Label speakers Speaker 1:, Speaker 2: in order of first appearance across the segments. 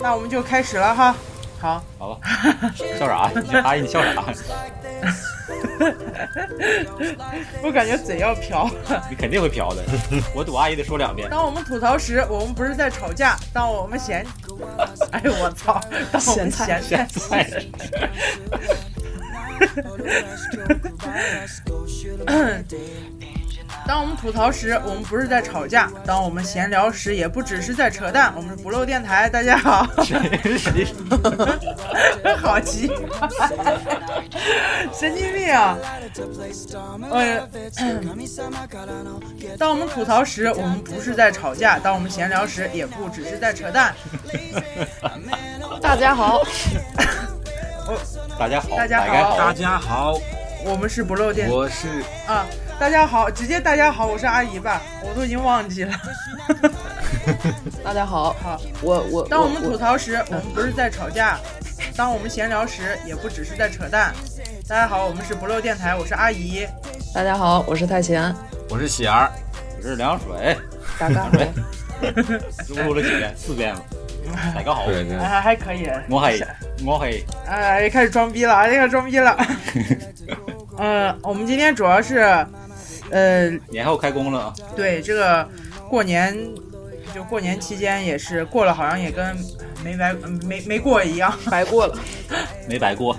Speaker 1: 那我们就开始了哈。好，
Speaker 2: 好了，笑啥？你这阿姨，你笑啥？
Speaker 1: 我感觉嘴要瓢。
Speaker 2: 你肯定会瓢的，我赌阿姨得说两遍。
Speaker 1: 当我们吐槽时，我们不是在吵架；当我们嫌， 哎呦我操！当我们
Speaker 3: 咸
Speaker 1: 嫌
Speaker 2: 现在
Speaker 1: 当我们吐槽时，我们不是在吵架；当我们闲聊时，也不只是在扯淡。我们是不漏电台，大家好，
Speaker 2: 真是
Speaker 1: 好奇， 神经病啊！ 呃，当我们吐槽时，我们不是在吵架；当我们闲聊时，也不只是在扯淡。
Speaker 3: 大家好，
Speaker 2: 大家好，
Speaker 1: 大家好
Speaker 4: 大
Speaker 2: 好，
Speaker 4: 家好，
Speaker 1: 我们是不漏电
Speaker 4: 我是
Speaker 1: 啊！大家好，直接大家好，我是阿姨吧，我都已经忘记了。
Speaker 3: 大家好，
Speaker 1: 好，
Speaker 3: 我我
Speaker 1: 当我们吐槽时，我们不是在吵架；当我们闲聊时，也不只是在扯淡。大家好，我们是不漏电台，我是阿姨。
Speaker 3: 大家好，我是太贤，
Speaker 4: 我是喜儿，
Speaker 2: 我是凉水，
Speaker 3: 大 家好，
Speaker 2: 录了几遍？四遍了。大家好，
Speaker 4: 对
Speaker 1: 哎，还可以，
Speaker 2: 我还我还
Speaker 1: 哎，开始装逼了，哎，开始装逼了。 嗯，我们今天主要是，呃，
Speaker 2: 年后开工了啊，
Speaker 1: 对这个过年，就过年期间也是过了，好像也跟没白没没过一样，
Speaker 3: 白过了，
Speaker 2: 没白过，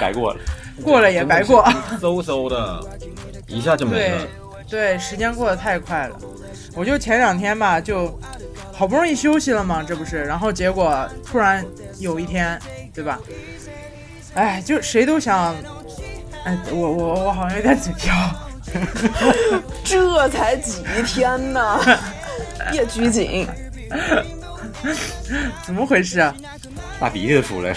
Speaker 2: 白过了。
Speaker 1: 过了也白过。
Speaker 4: 嗖嗖的，一下就没
Speaker 1: 对
Speaker 4: 了。
Speaker 1: 对，时间过得太快了。我就前两天吧，就好不容易休息了嘛，这不是，然后结果突然有一天，对吧？哎，就谁都想，哎，我我我好像有点嘴瓢。
Speaker 3: 这才几天 呢，别拘谨，
Speaker 1: 怎么回事啊？
Speaker 2: 大鼻涕都出来了，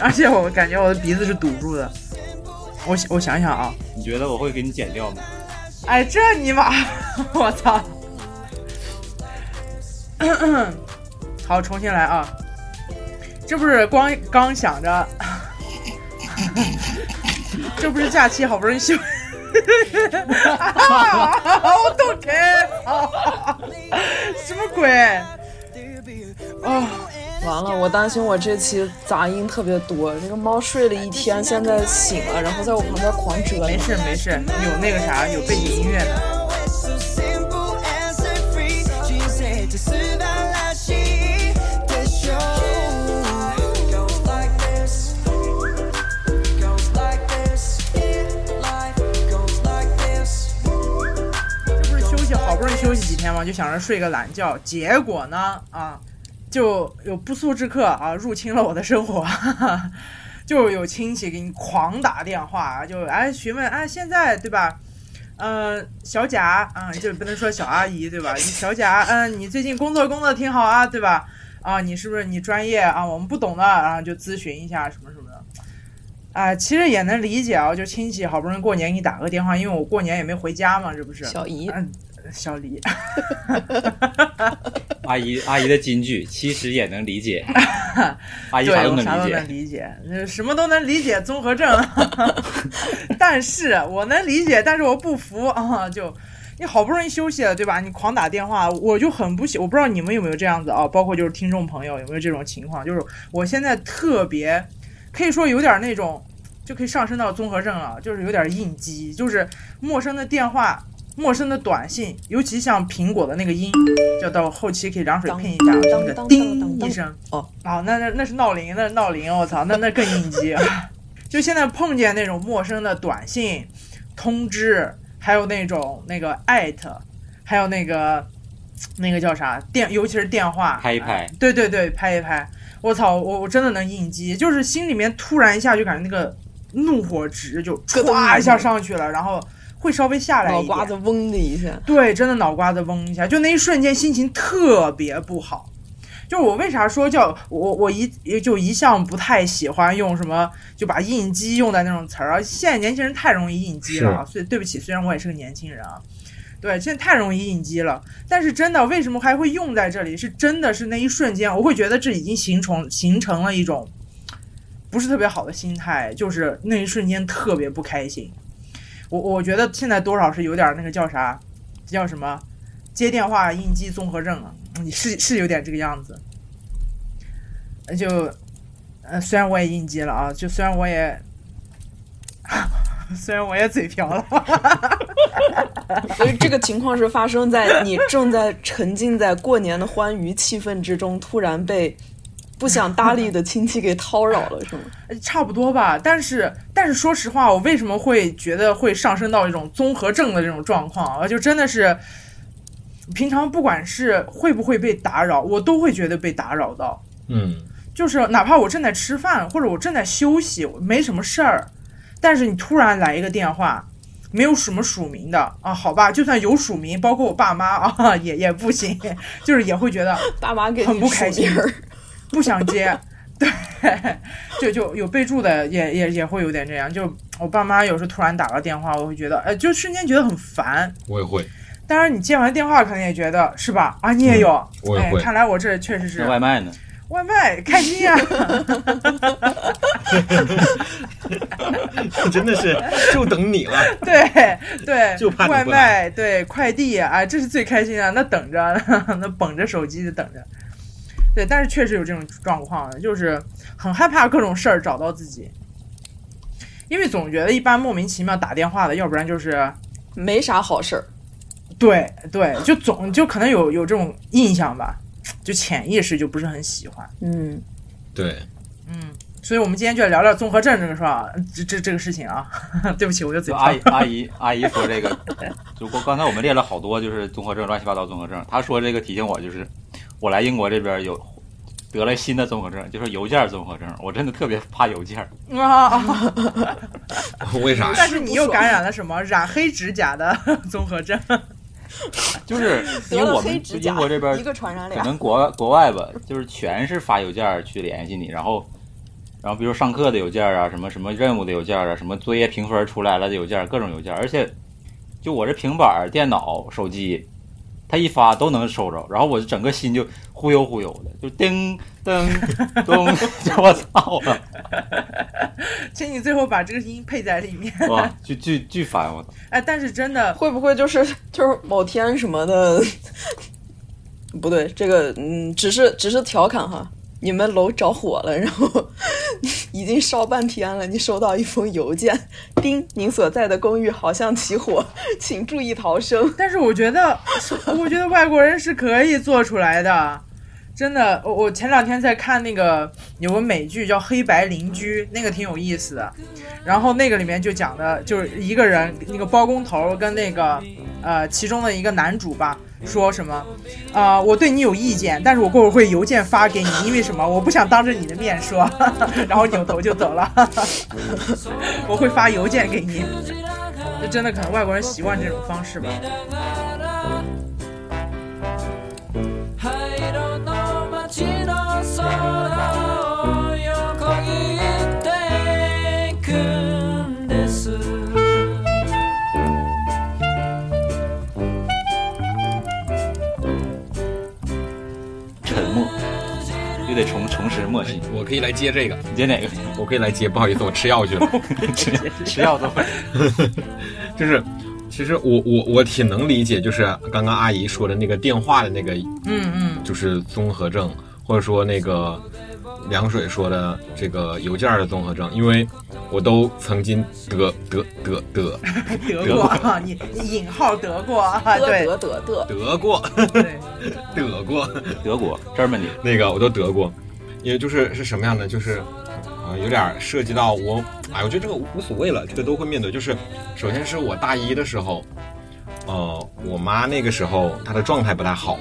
Speaker 1: 而且我感觉我的鼻子是堵住的。我我想想啊，
Speaker 2: 你觉得我会给你剪掉吗？
Speaker 1: 哎，这尼玛， 我操！好，重新来啊！这不是光刚想着，这不是假期好不容易休，啊、 我都开， 什么鬼？哦，
Speaker 3: 完了，我担心我这期杂音特别多，这个猫睡了一天，现在醒了，然后在我旁边狂折
Speaker 1: 哎没
Speaker 3: 腾，
Speaker 1: 事没事，有那个啥，有背景音乐的。这不是休息好不容易休息几天嘛，就想着睡个懒觉，结果呢，啊，就有不速之客啊入侵了我的生活， 就有亲戚给你狂打电话，就哎询问哎现在对吧？嗯、小贾，嗯、就不能说小阿姨对吧？你小贾，嗯、你最近工作工作挺好啊，对吧？啊，你是不是你专业啊？我们不懂的，然后就咨询一下什么什么的。啊，其实也能理解啊，就亲戚好不容易过年给你打个电话，因为我过年也没回家嘛，这不是。
Speaker 3: 小姨，
Speaker 1: 嗯，小李，
Speaker 2: 阿姨阿姨的金句，其实也能理 解，阿姨
Speaker 1: 对
Speaker 2: 啥都
Speaker 1: 我啥
Speaker 2: 能
Speaker 1: 都
Speaker 2: 理
Speaker 1: 能
Speaker 2: 解。
Speaker 1: 理解，呃什么都能理解，综合症。 但是我能理解，但是我不服啊！就你好不容易休息了，对吧？你狂打电话，我就很不喜。我不知道你们有没有这样子啊？包括就是听众朋友有没有这种情况？就是我现在特别，可以说有点那种，就可以上升到综合症了，就是有点应激，就是陌生的电话。陌生的短信，尤其像苹果的那个音，就到后期可以凉水
Speaker 3: 当
Speaker 1: 喷一下，
Speaker 3: 当
Speaker 1: 那个
Speaker 3: 当
Speaker 1: 叮
Speaker 3: 当当
Speaker 1: 一声，
Speaker 3: 哦
Speaker 1: 啊，那那那是闹铃，那是闹铃，我操，那那更应激。 就现在碰见那种陌生的短信通知，还有那种那个艾特，还有那个那个叫啥电，尤其是电话
Speaker 2: 拍一拍
Speaker 1: 哎对对对，拍一拍。我操，我我真的能应激，就是心里面突然一下就感觉那个怒火值就
Speaker 3: 咯噔
Speaker 1: 唰一下上去了，然后会稍微下来
Speaker 3: 脑
Speaker 1: 一
Speaker 3: 瓜
Speaker 1: 点
Speaker 3: 子。嗡的 一下，
Speaker 1: 对，真的脑瓜子嗡一下，就那一瞬间心情特别不好。就是我为啥说叫我我一就一向不太喜欢用什么就把应激用在那种词儿啊，现在年轻人太容易应激了啊，所以对不起，虽然我也是个年轻人啊，对，现在太容易应激了。但是真的，为什么还会用在这里？是真的是那一瞬间，我会觉得这已经形成形成了一种不是特别好的心态，就是那一瞬间特别不开心。我我觉得现在多少是有点那个叫啥，叫什么接电话应激综合症啊，你是是有点这个样子。呃就，呃，虽然我也应激了啊，就虽然我也， 虽然我也嘴瓢了，
Speaker 3: 所以这个情况是发生在你正在沉浸在过年的欢愉气氛之中，突然被不想搭理的亲戚给叨扰 了，是吗？
Speaker 1: 差不多吧。但是，但是说实话，我为什么会觉得会上升到一种综合症的这种状况啊？就真的是，平常不管是会不会被打扰，我都会觉得被打扰到。
Speaker 4: 嗯，
Speaker 1: 就是哪怕我正在吃饭，或者我正在休息，我没什么事儿，但是你突然来一个电话，没有什么署名的啊，好吧，就算有署名，包括我爸妈啊， 也也不行，就是也会觉得
Speaker 3: 爸妈给你
Speaker 1: 很不开心
Speaker 3: 数名儿
Speaker 1: 不想接，对，就就有备注的也也也会有点这样，就我爸妈有时候突然打个电话，我会觉得，哎，就瞬间觉得很烦。
Speaker 4: 我也会，
Speaker 1: 当然，你接完电话肯定也觉得是吧？啊，你也有，
Speaker 4: 嗯我也
Speaker 1: 哎
Speaker 4: 会，
Speaker 1: 看来我这确实是
Speaker 2: 那外卖呢？
Speaker 1: 外卖开心啊呀、
Speaker 4: 真的是就等你了。
Speaker 1: 对对，
Speaker 4: 就怕你
Speaker 1: 外
Speaker 4: 不来
Speaker 1: 卖，对快递啊，哎这是最开心的。那等着，那捧着手机就等着。对，但是确实有这种状况，就是很害怕各种事儿找到自己，因为总觉得一般莫名其妙打电话的，要不然就是
Speaker 3: 没啥好事儿。
Speaker 1: 对对，就总就可能有有这种印象吧，就潜意识就不是很喜欢。
Speaker 3: 嗯，
Speaker 4: 对，
Speaker 1: 嗯，所以我们今天就来聊聊综合症这个事儿啊，这这这个事情啊。对不起，我就嘴瓢
Speaker 2: 就阿姨阿姨阿姨说这个，就刚刚才我们列了好多就是综合症乱七八糟综合症，她说这个提醒我就是，我来英国这边有得了新的综合症，就是邮件综合症，我真的特别怕邮件。
Speaker 1: 啊啊！啊
Speaker 4: 为啥呀？
Speaker 1: 但是你又感染了什么染黑指甲的 综合症？
Speaker 2: 就是因
Speaker 3: 得
Speaker 2: 为
Speaker 3: 了
Speaker 2: 我
Speaker 3: 黑
Speaker 2: 们
Speaker 3: 指甲，
Speaker 2: 英国这边
Speaker 3: 一个传染
Speaker 2: 可
Speaker 3: 俩。
Speaker 2: 能国国外吧， 就是全是发邮件儿去联系你，然后，然后比如上课的邮件儿啊，什么什么任务的邮件儿啊，什么作业评分出来了的邮件儿，各种邮件儿，而且就我这平板儿、电脑、手机，它一发都能收着，然后我整个心就忽悠忽悠的，就叮噔咚，就我操了，
Speaker 1: 请你最后把这个音配在里面。
Speaker 2: 哇，巨巨巨烦我操！
Speaker 1: 哎，但是真的，
Speaker 3: 会不会就是就是某天什么的？不对，这个嗯，只是只是调侃哈。你们楼着火了，然后 已经烧半天了，你收到一封邮件，叮，您所在的公寓好像起火，请注意逃生。
Speaker 1: 但是我觉得，我觉得外国人是可以做出来的。真的，我我前两天在看那个有个美剧叫《黑白邻居》，那个挺有意思的。然后那个里面就讲的就是一个人，那个包工头跟那个呃其中的一个男主吧，说什么啊、我对你有意见，但是我过会儿会邮件发给你，因为什么？我不想当着你的面说， 然后扭头就走了。 我会发邮件给你。就真的可能外国人习惯这种方式吧。
Speaker 2: 沉默，又得重重拾默契。
Speaker 4: 哎我可以来接这个，
Speaker 2: 你接哪个？
Speaker 4: 我可以来接。不好意思，我吃药去了。
Speaker 2: 吃药都会
Speaker 4: 就是，其实我我我挺能理解，就是刚刚阿姨说的那个电话的那个，
Speaker 1: 嗯嗯。
Speaker 4: 就是综合症，或者说那个凉水说的这个邮件的综合症，因为我都曾经得得得得
Speaker 1: 得过啊，你你引号得过啊，
Speaker 3: 得
Speaker 1: 对
Speaker 3: 得得得，
Speaker 4: 得过
Speaker 1: 对，
Speaker 4: 得过。
Speaker 2: 德国、Germany，
Speaker 4: 那个我都得过，也就是是什么样的，就是呃有点涉及到我，哎，我觉得这个无所谓了，这个都会面对。就是首先是我大一的时候，呃，我妈那个时候她的状态不太好，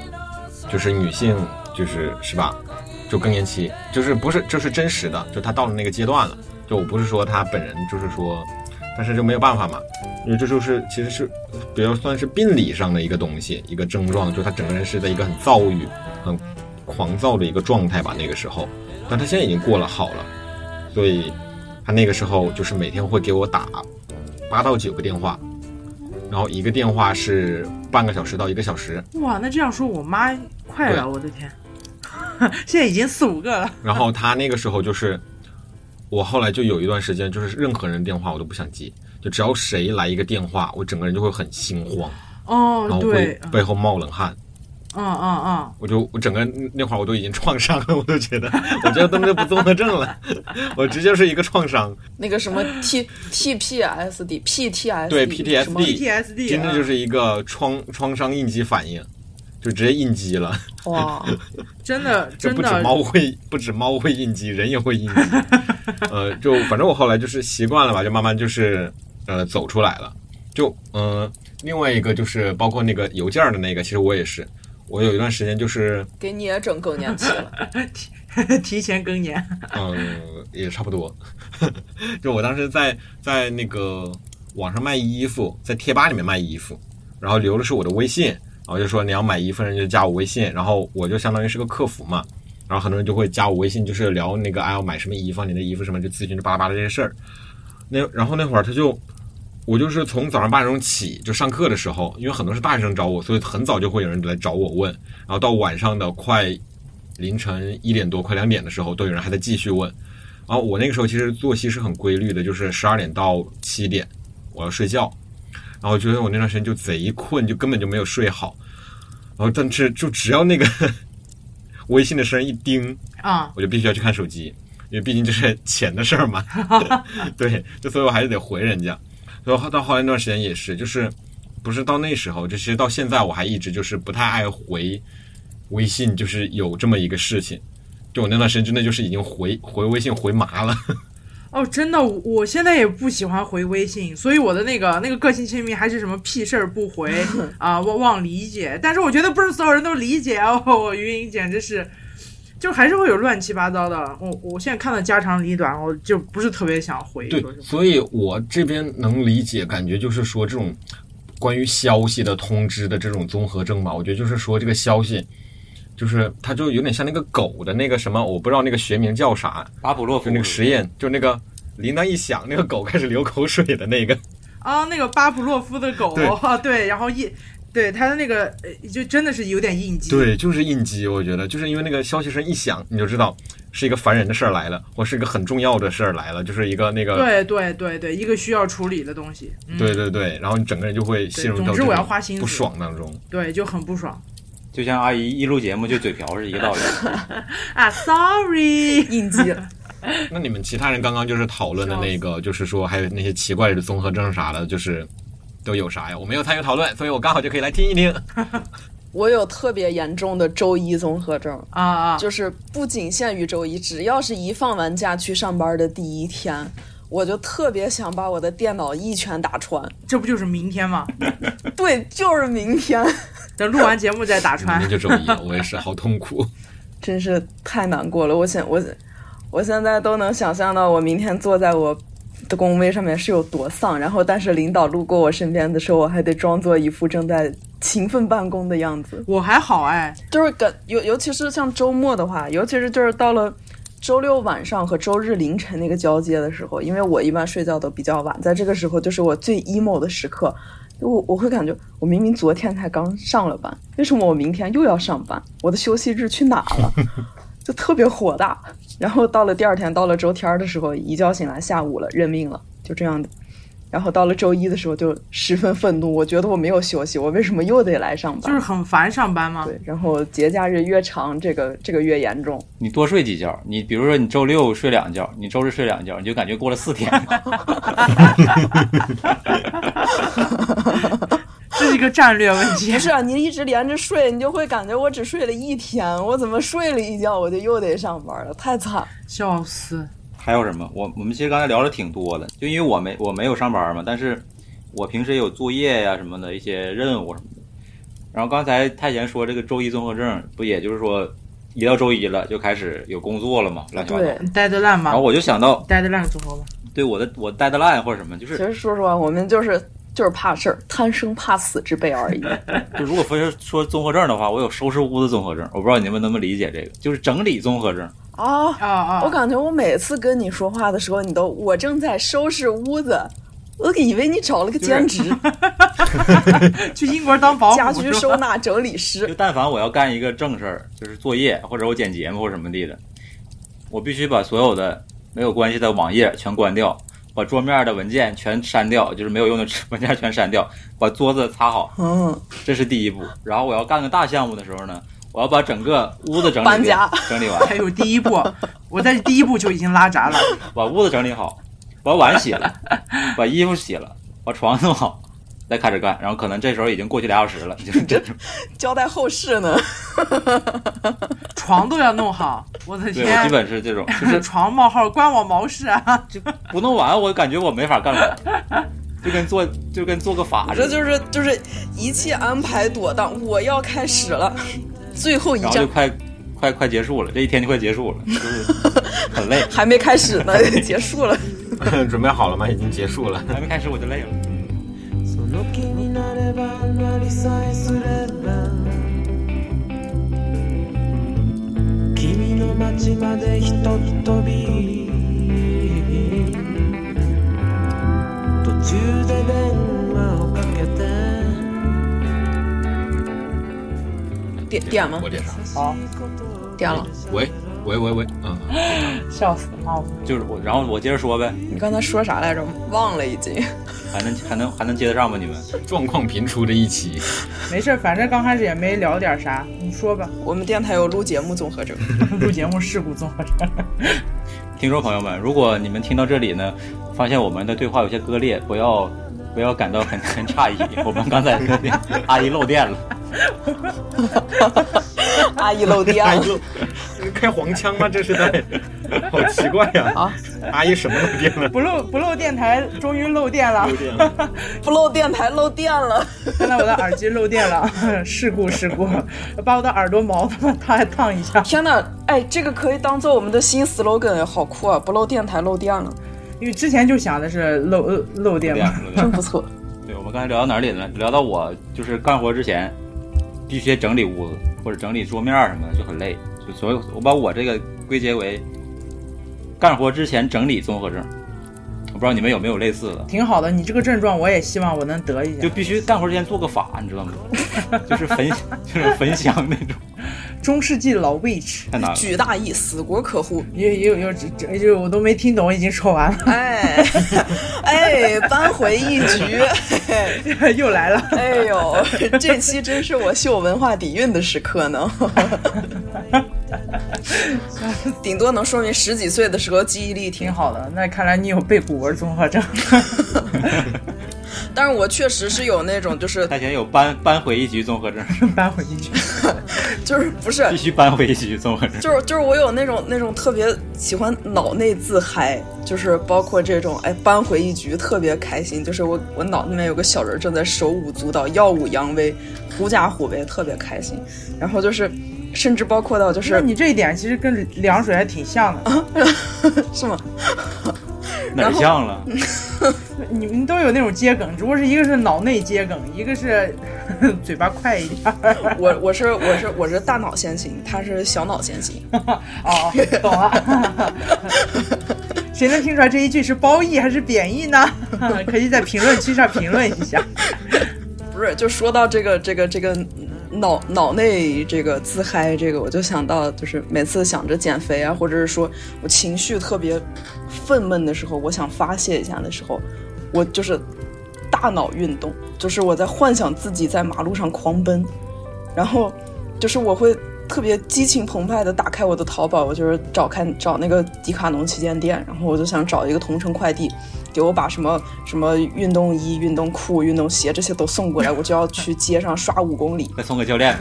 Speaker 4: 就是女性就是是吧，就更年期，就是不是就是真实的，就她到了那个阶段了。就我不是说她本人，就是说，但是就没有办法嘛，因为这就是其实是比较算是病理上的一个东西，一个症状，就她整个人是在一个很躁郁、很狂躁的一个状态吧。那个时候，但她现在已经过了好了，所以她那个时候就是每天会给我打八到九个电话，然后一个电话是半个小时到一个小时，
Speaker 1: 哇，那这样说我妈快了，我的天， 现在已经四五个了，
Speaker 4: 然后他那个时候就是，我后来就有一段时间，就是任何人电话我都不想接，就只要谁来一个电话，我整个人就会很心慌，
Speaker 1: 哦
Speaker 4: 然后会
Speaker 1: 对，
Speaker 4: 背后冒冷汗，
Speaker 1: 嗯嗯嗯，
Speaker 4: 我就我整个那会儿我都已经创伤了，我都觉得，我觉得都那不综合症了，我直接是一个创伤，
Speaker 3: 那个什么 T T P S D P T S
Speaker 4: 对
Speaker 3: D 什么
Speaker 4: PTSD
Speaker 1: PTSD
Speaker 4: 真的就是一个创创伤应激反应，就直接应激了。
Speaker 3: 哇，
Speaker 1: 真的
Speaker 4: 这
Speaker 1: 真
Speaker 4: 不止
Speaker 1: 的，
Speaker 4: 猫会，不止猫会应激，人也会应 激。呃，就反正我后来就是习惯了吧，就慢慢就是呃走出来了。就嗯、呃另外一个就是包括那个邮件儿的那个，其实我也是，我有一段时间就是
Speaker 3: 给你也整更年期了。
Speaker 1: 提前更年，
Speaker 4: 嗯，也差不多。 就我当时在在那个网上卖衣服，在贴吧里面卖衣服，然后留的是我的微信，然后就说你要买衣服，人就加我微信，然后我就相当于是个客服嘛。然后很多人就会加我微信，就是聊那个哎要买什么衣服，你的衣服什么就咨询这巴拉巴拉这些事儿。那然后那会儿他就，我就是从早上八点钟起就上课的时候，因为很多是大学生找我，所以很早就会有人来找我问，然后到晚上的快凌晨一点多快两点的时候，都有人还在继续问。然后我那个时候其实作息是很规律的，就是十二点到七点我要睡觉，然后我觉得我那段时间就贼困，就根本就没有睡好。然后但是就只要那个 微信的声一叮，
Speaker 1: 啊、
Speaker 4: 我就必须要去看手机，因为毕竟这是 钱的事儿嘛。对，就所以我还是得回人家。然后到后来那段时间也是，就是不是到那时候，就其实到现在我还一直就是不太爱回微信，就是有这么一个事情。就我那段时间真的就是已经回回微信回麻了，
Speaker 1: 哦，真的，我我现在也不喜欢回微信，所以我的那个那个个性签名还是什么屁事儿不 回啊，忘忘理解。但是我觉得不是所有人都理解哦， 我云云简直是，就还是会有乱七八糟的。我我现在看到家长里短，我就不是特别想回。
Speaker 4: 对
Speaker 1: 说，实话
Speaker 4: 所以我这边能理解，感觉就是说这种关于消息的通知的这种综合症吧，我觉得就是说这个消息，就是它就有点像那个狗的那个什么，我不知道那个学名叫啥，
Speaker 2: 巴甫洛夫
Speaker 4: 就那个实验，就那个铃铛一响，那个狗开始流口水的那个，
Speaker 1: 啊，那个巴甫洛夫的狗，
Speaker 4: 对
Speaker 1: 啊对，然后一对他的那个呃就真的是有点应激。
Speaker 4: 对，就是应激，我觉得就是因为那个消息声一响，你就知道是一个烦人的事儿来了，或是一个很重要的事儿来了，就是一个那个，
Speaker 1: 对对对对，一个需要处理的东西。嗯、
Speaker 4: 对对对，然后你整个人就会陷入
Speaker 1: 对
Speaker 4: 到
Speaker 1: 总之
Speaker 4: 这
Speaker 1: 我要
Speaker 4: 种
Speaker 1: 花心思
Speaker 4: 不爽当中。
Speaker 1: 对，就很不爽
Speaker 2: 就像阿姨一录节目就嘴瓢是一个道理。
Speaker 1: 啊，sorry。
Speaker 3: 应激了，
Speaker 4: 那你们其他人刚刚就是讨论的那个，就是说还有那些奇怪的综合症啥的，就是都有啥呀？我没有参与讨论，所以我刚好就可以来听 一听。
Speaker 3: 我有特别严重的周一综合症，
Speaker 1: 啊啊！
Speaker 3: 就是不仅限于周一，只要是一放完假去上班的第一天，我就特别想把我的电脑一拳打穿。
Speaker 1: 这不就是明天吗？
Speaker 3: 对，就是明天，
Speaker 1: 等录完节目再打
Speaker 4: 明
Speaker 1: 穿
Speaker 4: 天。
Speaker 2: 嗯
Speaker 4: 就周一了，我也是好痛 苦。
Speaker 3: 真是太难过了。我现我我现在都能想象到，我明天坐在我的工位上面是有多丧。然后，但是领导路过我身边的时候，我还得装作一副正在勤奋办公的样子。
Speaker 1: 我还好哎，
Speaker 3: 就是感尤尤其是像周末的话，尤其是就是到了周六晚上和周日凌晨那个交接的时候，因为我一般睡觉都比较晚，在这个时候就是我最 emo 的时刻，我我会感觉我明明昨天才刚上了班，为什么我明天又要上班？我的休息日去哪儿了？就特别火大。然后到了第二天，到了周天儿的时候，一觉醒来下午了，认命了，就这样的。然后到了周一的时候，就十分愤怒，我觉得我没有休息，我为什么又得来上班？
Speaker 1: 就是很烦上班吗？
Speaker 3: 对，然后节假日越长，这个这个越严重。
Speaker 2: 你多睡几觉，你比如说你周六睡两觉，你周日睡两觉，你就感觉过了四天。
Speaker 1: 这是一个战略问题
Speaker 3: 不。是啊，你一直连着睡，你就会感觉我只睡了一天，我怎么睡了一觉我就又得上班了，太惨。
Speaker 1: 笑死！
Speaker 2: 还有什么？我我们其实刚才聊了挺多的，就因为我没我没有上班嘛，但是我平时也有作业呀、什么的一些任务什么的。然后刚才太贤说这个周一综合症，不也就是说一到周一了就开始有工作了嘛，乱七八糟。
Speaker 3: 对，
Speaker 1: 呆得烂
Speaker 2: 然
Speaker 1: 吗
Speaker 2: 后？啊我就想到
Speaker 1: 呆得烂综合吧。
Speaker 2: 对我的我 deadline 或者什么，就
Speaker 3: 其
Speaker 2: 是
Speaker 3: 实说实话，我们就是就是怕事儿，贪生怕死之辈 而已。
Speaker 2: 就如果非说说综合症的话，我有收拾屋子综合症，我不知道你们能不能理解这个，就是整理综合症。
Speaker 3: 啊，
Speaker 1: 啊啊！
Speaker 3: 我感觉我每次跟你说话的时候，你都我正在收拾屋子，我以为你找了个兼职，
Speaker 1: 哦去英国当保姆
Speaker 3: 家居
Speaker 1: 是吧
Speaker 3: 收纳整理
Speaker 2: 就
Speaker 3: 师。
Speaker 2: 但凡我要干一个正事儿，就是作业或者我剪节目或者什么地的，我必须把所有的没有关系的网页全关掉，把桌面的文件全删掉，就是没有用的 文件全删掉，把桌子擦好，
Speaker 3: 嗯，
Speaker 2: 这是第一步。然后我要干个大项目的时候呢，我要把整个屋子整理
Speaker 3: 搬家
Speaker 2: 整理完，
Speaker 1: 还有第一步，我在第一步就已经拉闸 了。
Speaker 2: 把屋子整理好，把碗洗了，把衣服洗了，把床弄好，再开始干。然后可能这时候已经过去俩小时了，就是这种。
Speaker 3: 交代后事呢。
Speaker 1: 床都要弄好，我的
Speaker 2: 对我基
Speaker 1: 天！
Speaker 2: 本是这种， 就是
Speaker 1: 床冒号关我毛事啊！
Speaker 2: 不弄完，我感觉我没法干活， 就跟做就跟做个法
Speaker 3: 我
Speaker 2: 似的。
Speaker 3: 这就是就是一切安排妥当，我要开始了，最后一
Speaker 2: 然后就
Speaker 3: 站。
Speaker 2: 快快快结束了，这一天就快结束了，就是很累
Speaker 3: 还没开始呢， 结束了。
Speaker 4: 准备好了吗？已经结束了。
Speaker 2: 还没开始我就累了。
Speaker 5: その気になればなりさえすれば君の街までひとっ飛び途中で電話をかけて
Speaker 3: 点点吗
Speaker 4: 我？点上。
Speaker 1: 好，
Speaker 3: 点了。
Speaker 4: 喂喂喂喂，嗯，
Speaker 1: 笑死了！
Speaker 2: 就是我，然后我接着说呗，
Speaker 3: 你刚才说啥来着？忘了已经。
Speaker 2: 还能还能还能接得上吗？你们？
Speaker 4: 状况频出的一期，
Speaker 1: 没事儿，反正刚开始也没聊点啥，你说吧。
Speaker 3: 我们电台有录节目综合征，
Speaker 1: 录节目事故综合症，
Speaker 2: 听众朋友们，如果你们听到这里呢，发现我们的对话有些割裂，不要不要感到很 很诧异，我们刚才割裂，阿姨漏电了。
Speaker 3: 阿姨漏电
Speaker 4: 阿
Speaker 3: 了
Speaker 4: 姨。开黄腔吗？ 这是在，好奇怪呀、
Speaker 3: 啊！
Speaker 4: 阿姨什么都变 了，
Speaker 1: 不漏不漏电台终于漏电了
Speaker 4: 都，变了。
Speaker 3: 不漏电台漏电了，
Speaker 1: 看到我的耳机漏电了， 事故事故，把我的耳朵毛他妈烫烫一下，
Speaker 3: 天哪！哎，这个可以当做我们的新 slogan，好酷啊！不漏电台漏电了，
Speaker 1: 因为之前就想的是漏呃漏电
Speaker 2: 漏
Speaker 1: 嘛。
Speaker 2: 电了，漏电
Speaker 3: 真
Speaker 2: 了。
Speaker 3: 不错。
Speaker 2: 对，我们刚才聊到哪里了？聊到我就是干活之前必须整理屋子或者整理桌面儿什么的，就很累。就所有我把我这个归结为干活之前整理综合症。我不知道你们有没有类似的，
Speaker 1: 挺好的，你这个症状我也希望我能得一
Speaker 2: 就
Speaker 1: 下。
Speaker 2: 必须干活之前做个法，你知道吗？ 就是焚就是焚香 那种，
Speaker 1: 中世纪老 witch，
Speaker 2: 太难了。
Speaker 3: 举大义，死国可护。
Speaker 1: 也也有有这这就我都没听懂，已经说完
Speaker 3: 哎 哎，扳回一局。
Speaker 1: 了， 又来了。
Speaker 3: 哎呦，这期真是我秀文化底蕴的时刻呢。 顶多能说明十几岁的时候记忆力挺
Speaker 1: 挺
Speaker 3: 好，
Speaker 1: 好的，那看来你有背古文综合症。
Speaker 3: 但是我确实是有那种就是
Speaker 2: 他前有扳扳回一局综合症，
Speaker 1: 搬回进去，
Speaker 3: 就是不是
Speaker 2: 必须扳回一局综合症。
Speaker 3: 就是就是我有那种那种特别喜欢脑内自嗨，就是包括这种哎扳回一局特别开心，就是我我脑那边有个小人正在手舞足蹈、耀武扬威、狐假虎威，特别开心。然后就是甚至包括到就
Speaker 1: 那
Speaker 3: 是
Speaker 1: 你这一点其实跟凉水还挺像的，
Speaker 3: 是吗？
Speaker 2: 哪儿像了？
Speaker 1: 你们都有那种接梗，只不过是一个是脑内接梗，一个是 嘴巴快一点。
Speaker 3: 我我是我是我是大脑先行，他是小脑先行。
Speaker 1: 哦，懂了。谁能听出来这一句是褒义还是贬义呢？可以在评论区上评论一下。
Speaker 3: 不是，就说到这个这个这个脑脑内这个自嗨这个，我就想到就是每次想着减肥啊，或者是说我情绪特别愤懑的时候，我想发泄一下的时候，我就是大脑运动，就是我在幻想自己在马路上狂奔，然后就是我会。特别激情澎湃的打开我的淘宝，我就是找看找那个迪卡侬旗舰店，然后我就想找一个同城快递，给我把什么什么运动衣、运动裤、运动鞋这些都送过来，我就要去街上刷五公里，
Speaker 2: 再送个教练，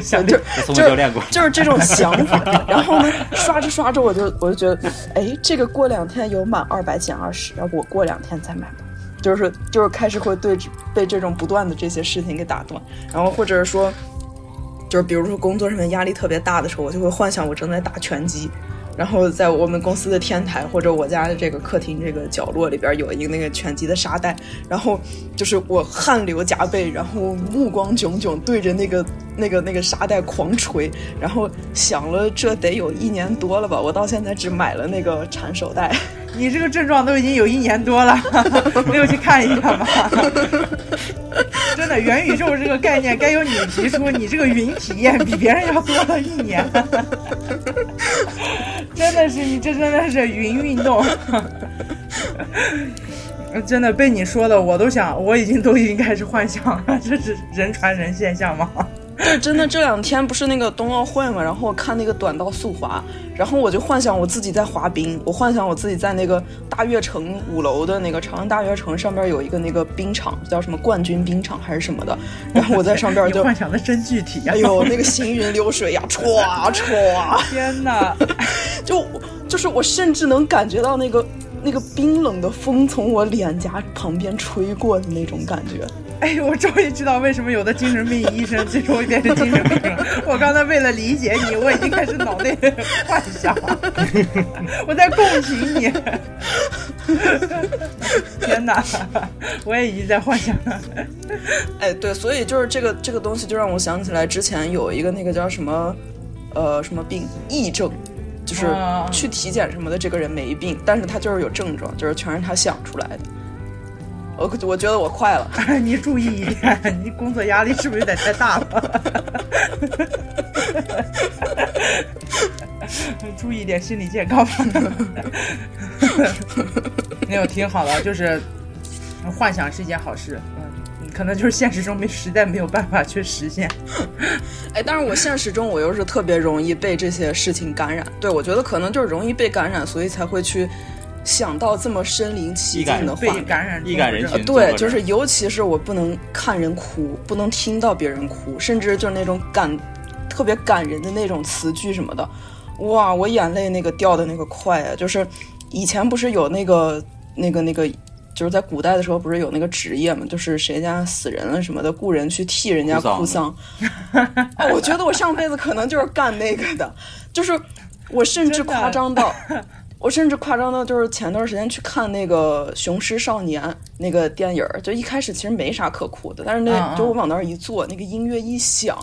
Speaker 1: 想
Speaker 3: 就
Speaker 2: 再送
Speaker 3: 就
Speaker 2: 个教练
Speaker 3: 是
Speaker 2: 过来。
Speaker 3: 就是这种想法。 然后呢，刷着刷着我就我就觉得，哎，这个过两天有满二百减二十，要不我过两天再买吧。就是就是开始会对这被这种不断的这些事情给打断，然后或者是说，就是比如说工作上面压力特别大的时候，我就会幻想我正在打拳击。然后在我们公司的天台或者我家的这个客厅这个角落里边有一个那个拳击的沙袋，然后就是我汗流浃背，然后目光炯炯对着那个那个那个沙袋狂捶，然后想了这得有一年多了吧，我到现在只买了那个缠手带，
Speaker 1: 你这个症状都已经有一年多了， 没有去看一下吗？ 真的，元宇宙这个概念该由你提出，你这个云体验比别人要多了一年。 真的是，你这真的是云运动。呃 真的被你说的，我都想，我已经都已经开始幻想了，这是人传人现象吗？
Speaker 3: 对，真的这两天不是那个冬奥会嘛，然后我看那个短道速滑，然后我就幻想我自己在滑冰，我幻想我自己在那个大悦城五楼的那个长安大悦城上边有一个那个冰场，叫什么冠军冰场还是什么的，然后我在上边
Speaker 1: 你
Speaker 3: 啊 就，
Speaker 1: 幻想的真具体啊呀、
Speaker 3: 哎呦，那个行云流水呀，歘歘，
Speaker 1: 天哪！
Speaker 3: 就就是我甚至能感觉到那个那个冰冷的风从我脸颊旁边吹过的那种感觉。
Speaker 1: 哎，我终于知道为什么有的精神病医生最终会变成精神病了。我刚才为了理解你，我已经开始脑内幻想，我在共情你。 天哪，我也已经在幻想了。
Speaker 3: 哎，对，所以就是这个这个东西，就让我想起来之前有一个那个叫什么，呃，什么病癔症，就是
Speaker 1: 啊
Speaker 3: 去体检什么的，这个人没病，但是他就是有症状，就是全是他想出来的。我我觉得我快了，
Speaker 1: 你注意一点，你工作压力是不是有点太大了？注意一点心理健康吧。没有，挺好的，就是幻想是一件好事。嗯，可能就是现实中没实在没有办法去实现。
Speaker 3: 哎，但是我现实中我又是特别容易被这些事情感染，对我觉得可能就是容易被感染，所以才会去想到这么身临其
Speaker 2: 易感
Speaker 3: 境的
Speaker 1: 被
Speaker 3: 画面。
Speaker 1: 感染
Speaker 2: 易感人
Speaker 1: 症
Speaker 2: 群做
Speaker 3: 呃对，
Speaker 2: 这
Speaker 3: 就
Speaker 2: 儿
Speaker 3: 是尤其是我不能看人哭，不能听到别人哭，甚至就是那种感特别感人的那种词句什么的，哇，我眼泪那个掉的那个快啊！就是以前不是有那个那个那个，就是在古代的时候不是有那个职业嘛，就是谁家死人了什么的，雇人去替人家
Speaker 2: 哭丧
Speaker 3: 哭
Speaker 2: 的
Speaker 3: 丧。啊，我觉得我上辈子可能就是干那个的，就是我甚至
Speaker 1: 真的
Speaker 3: 夸张到。我甚至夸张到，就是前段时间去看那个《雄狮少年》那个电影儿，就一开始其实没啥可哭的，但是那
Speaker 1: 嗯嗯
Speaker 3: 就我往那儿一坐，那个音乐一响，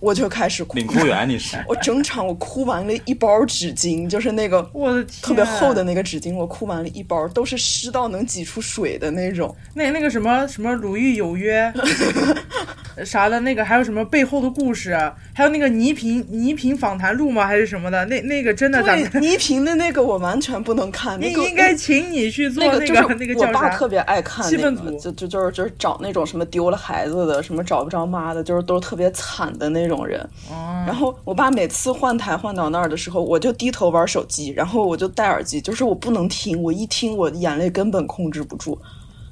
Speaker 3: 我就开始哭
Speaker 2: 领。哭员你是
Speaker 3: 我整场我哭完了一包纸巾，就是那个
Speaker 1: 我的天，啊
Speaker 3: 特别厚的那个纸巾，我哭完了一包，都是湿到能挤出水的那种。
Speaker 1: 那那个什么什么《鲁豫有约》 啥的，那个还有什么背后的故事，啊还有那个倪萍倪萍访谈录吗？还是什么的？那那个真的咱们
Speaker 3: 对，倪萍的那个我完全不能看，
Speaker 1: 应
Speaker 3: 那个
Speaker 1: 应该请你去做
Speaker 3: 那个
Speaker 1: 那
Speaker 3: 就是
Speaker 1: 那个
Speaker 3: 我
Speaker 1: 叫
Speaker 3: 爸
Speaker 1: 啥
Speaker 3: 特？别爱看
Speaker 1: 气
Speaker 3: 那
Speaker 1: 氛
Speaker 3: 个，
Speaker 1: 组
Speaker 3: 就就就是就是找那种什么丢了孩子的，什么找不着妈的，就是都是特别惨的那种人。
Speaker 1: 哦
Speaker 3: 然后我爸每次换台换到那儿的时候，我就低头玩手机，然后我就戴耳机，就是我不能听，我一听我眼泪根本控制不住。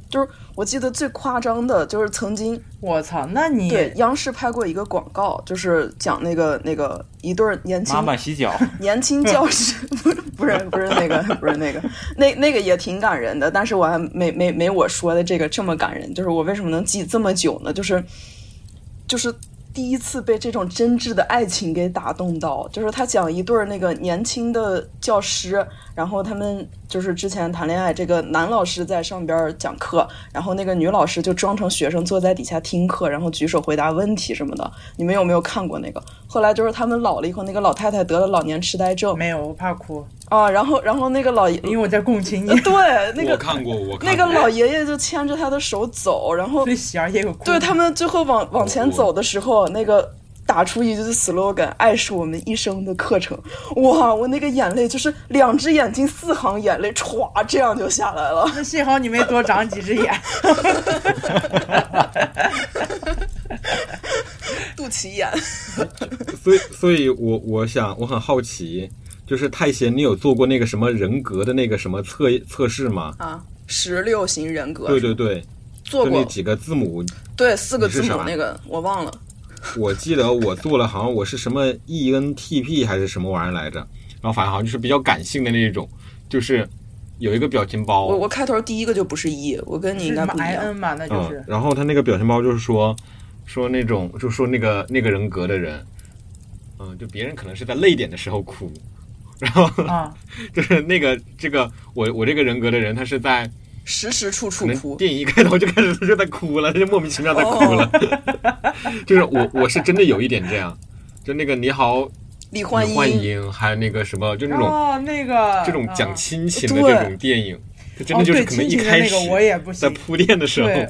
Speaker 3: 就是我记得最夸张的，就是曾经
Speaker 1: 我操，那你
Speaker 3: 对央视拍过一个广告，就是讲那个那个一对儿年轻
Speaker 2: 妈妈洗脚，
Speaker 3: 年轻教 师不是 不是不是那个不是那个那那个也挺感人的，但是我还没没没我说的这个这么感人。就是我为什么能记这么久呢？就是就是第一次被这种真挚的爱情给打动到。就是他讲一对儿那个年轻的教师，然后他们就是之前谈恋爱，这个男老师在上边儿讲课，然后那个女老师就装成学生坐在底下听课，然后举手回答问题什么的。你们有没有看过那个？后来就是他们老了以后，那个老太太得了老年痴呆症
Speaker 1: 没有，我怕哭，
Speaker 3: 啊，然后然后那个老爷，
Speaker 1: 因为我在共情你
Speaker 3: 呃，对那
Speaker 4: 我
Speaker 3: 个
Speaker 4: 看过，我哎
Speaker 3: 那
Speaker 4: 看
Speaker 3: 个
Speaker 4: 过
Speaker 3: 老爷爷就牵着他的手走，然后
Speaker 1: 所以喜儿也有哭。
Speaker 3: 对他们最后
Speaker 4: 哦
Speaker 3: 往往前走的时候，那个打出一句 slogan：“ 爱是我们一生的课程。”哇，我那个眼泪就是两只眼睛四行眼泪歘，这样就下来了。
Speaker 1: 那幸好你没多长几只眼。
Speaker 3: 肚脐眼，
Speaker 4: 所以，所以我我想我很好奇，就是太贤，你有做过那个什么人格的那个什么测测试吗？
Speaker 3: 啊，十六型人格
Speaker 4: 对对对，
Speaker 3: 做
Speaker 4: 就那
Speaker 3: 过，
Speaker 4: 几个字母，
Speaker 3: 对四个
Speaker 4: 你是
Speaker 3: 字母
Speaker 4: 啥
Speaker 3: 那个我忘了。
Speaker 4: 我记得我做了，好像我是什么 E ENTP 还是什么玩意儿来着，然后反正好像就是比较感性的那种，就是有一个表情包，
Speaker 3: 我我开头第一个就不是一，我跟 你
Speaker 1: 是
Speaker 3: 应
Speaker 1: 什
Speaker 3: 该
Speaker 1: 么
Speaker 3: 不一
Speaker 1: I
Speaker 3: 样。
Speaker 1: N 嘛？那就是、
Speaker 4: 嗯，然后他那个表情包就是说说那种就说那个那个人格的人，嗯，就别人可能是在泪点的时候哭，然后
Speaker 1: 啊，
Speaker 4: 就是那个这个我我这个人格的人，他是在。
Speaker 3: 时时处
Speaker 4: 可
Speaker 3: 处
Speaker 4: 能
Speaker 3: 哭，
Speaker 4: 电影一开头就开始就在哭了，就莫名其妙在哭了。
Speaker 1: 哦
Speaker 4: 就是我我是真的有一点这样，就那个你好
Speaker 3: 李焕
Speaker 4: 李焕
Speaker 3: 英，
Speaker 4: 英，还有那个什么，就那种、
Speaker 1: 哦，那个
Speaker 4: 这种讲
Speaker 1: 啊
Speaker 4: 亲情的
Speaker 3: 对
Speaker 4: 这种电影，它真的就是
Speaker 1: 哦对
Speaker 4: 可能一
Speaker 1: 亲情的
Speaker 4: 开
Speaker 1: 那
Speaker 4: 始
Speaker 1: 个我也不
Speaker 4: 在
Speaker 1: 行
Speaker 4: 铺垫的时候
Speaker 1: 对，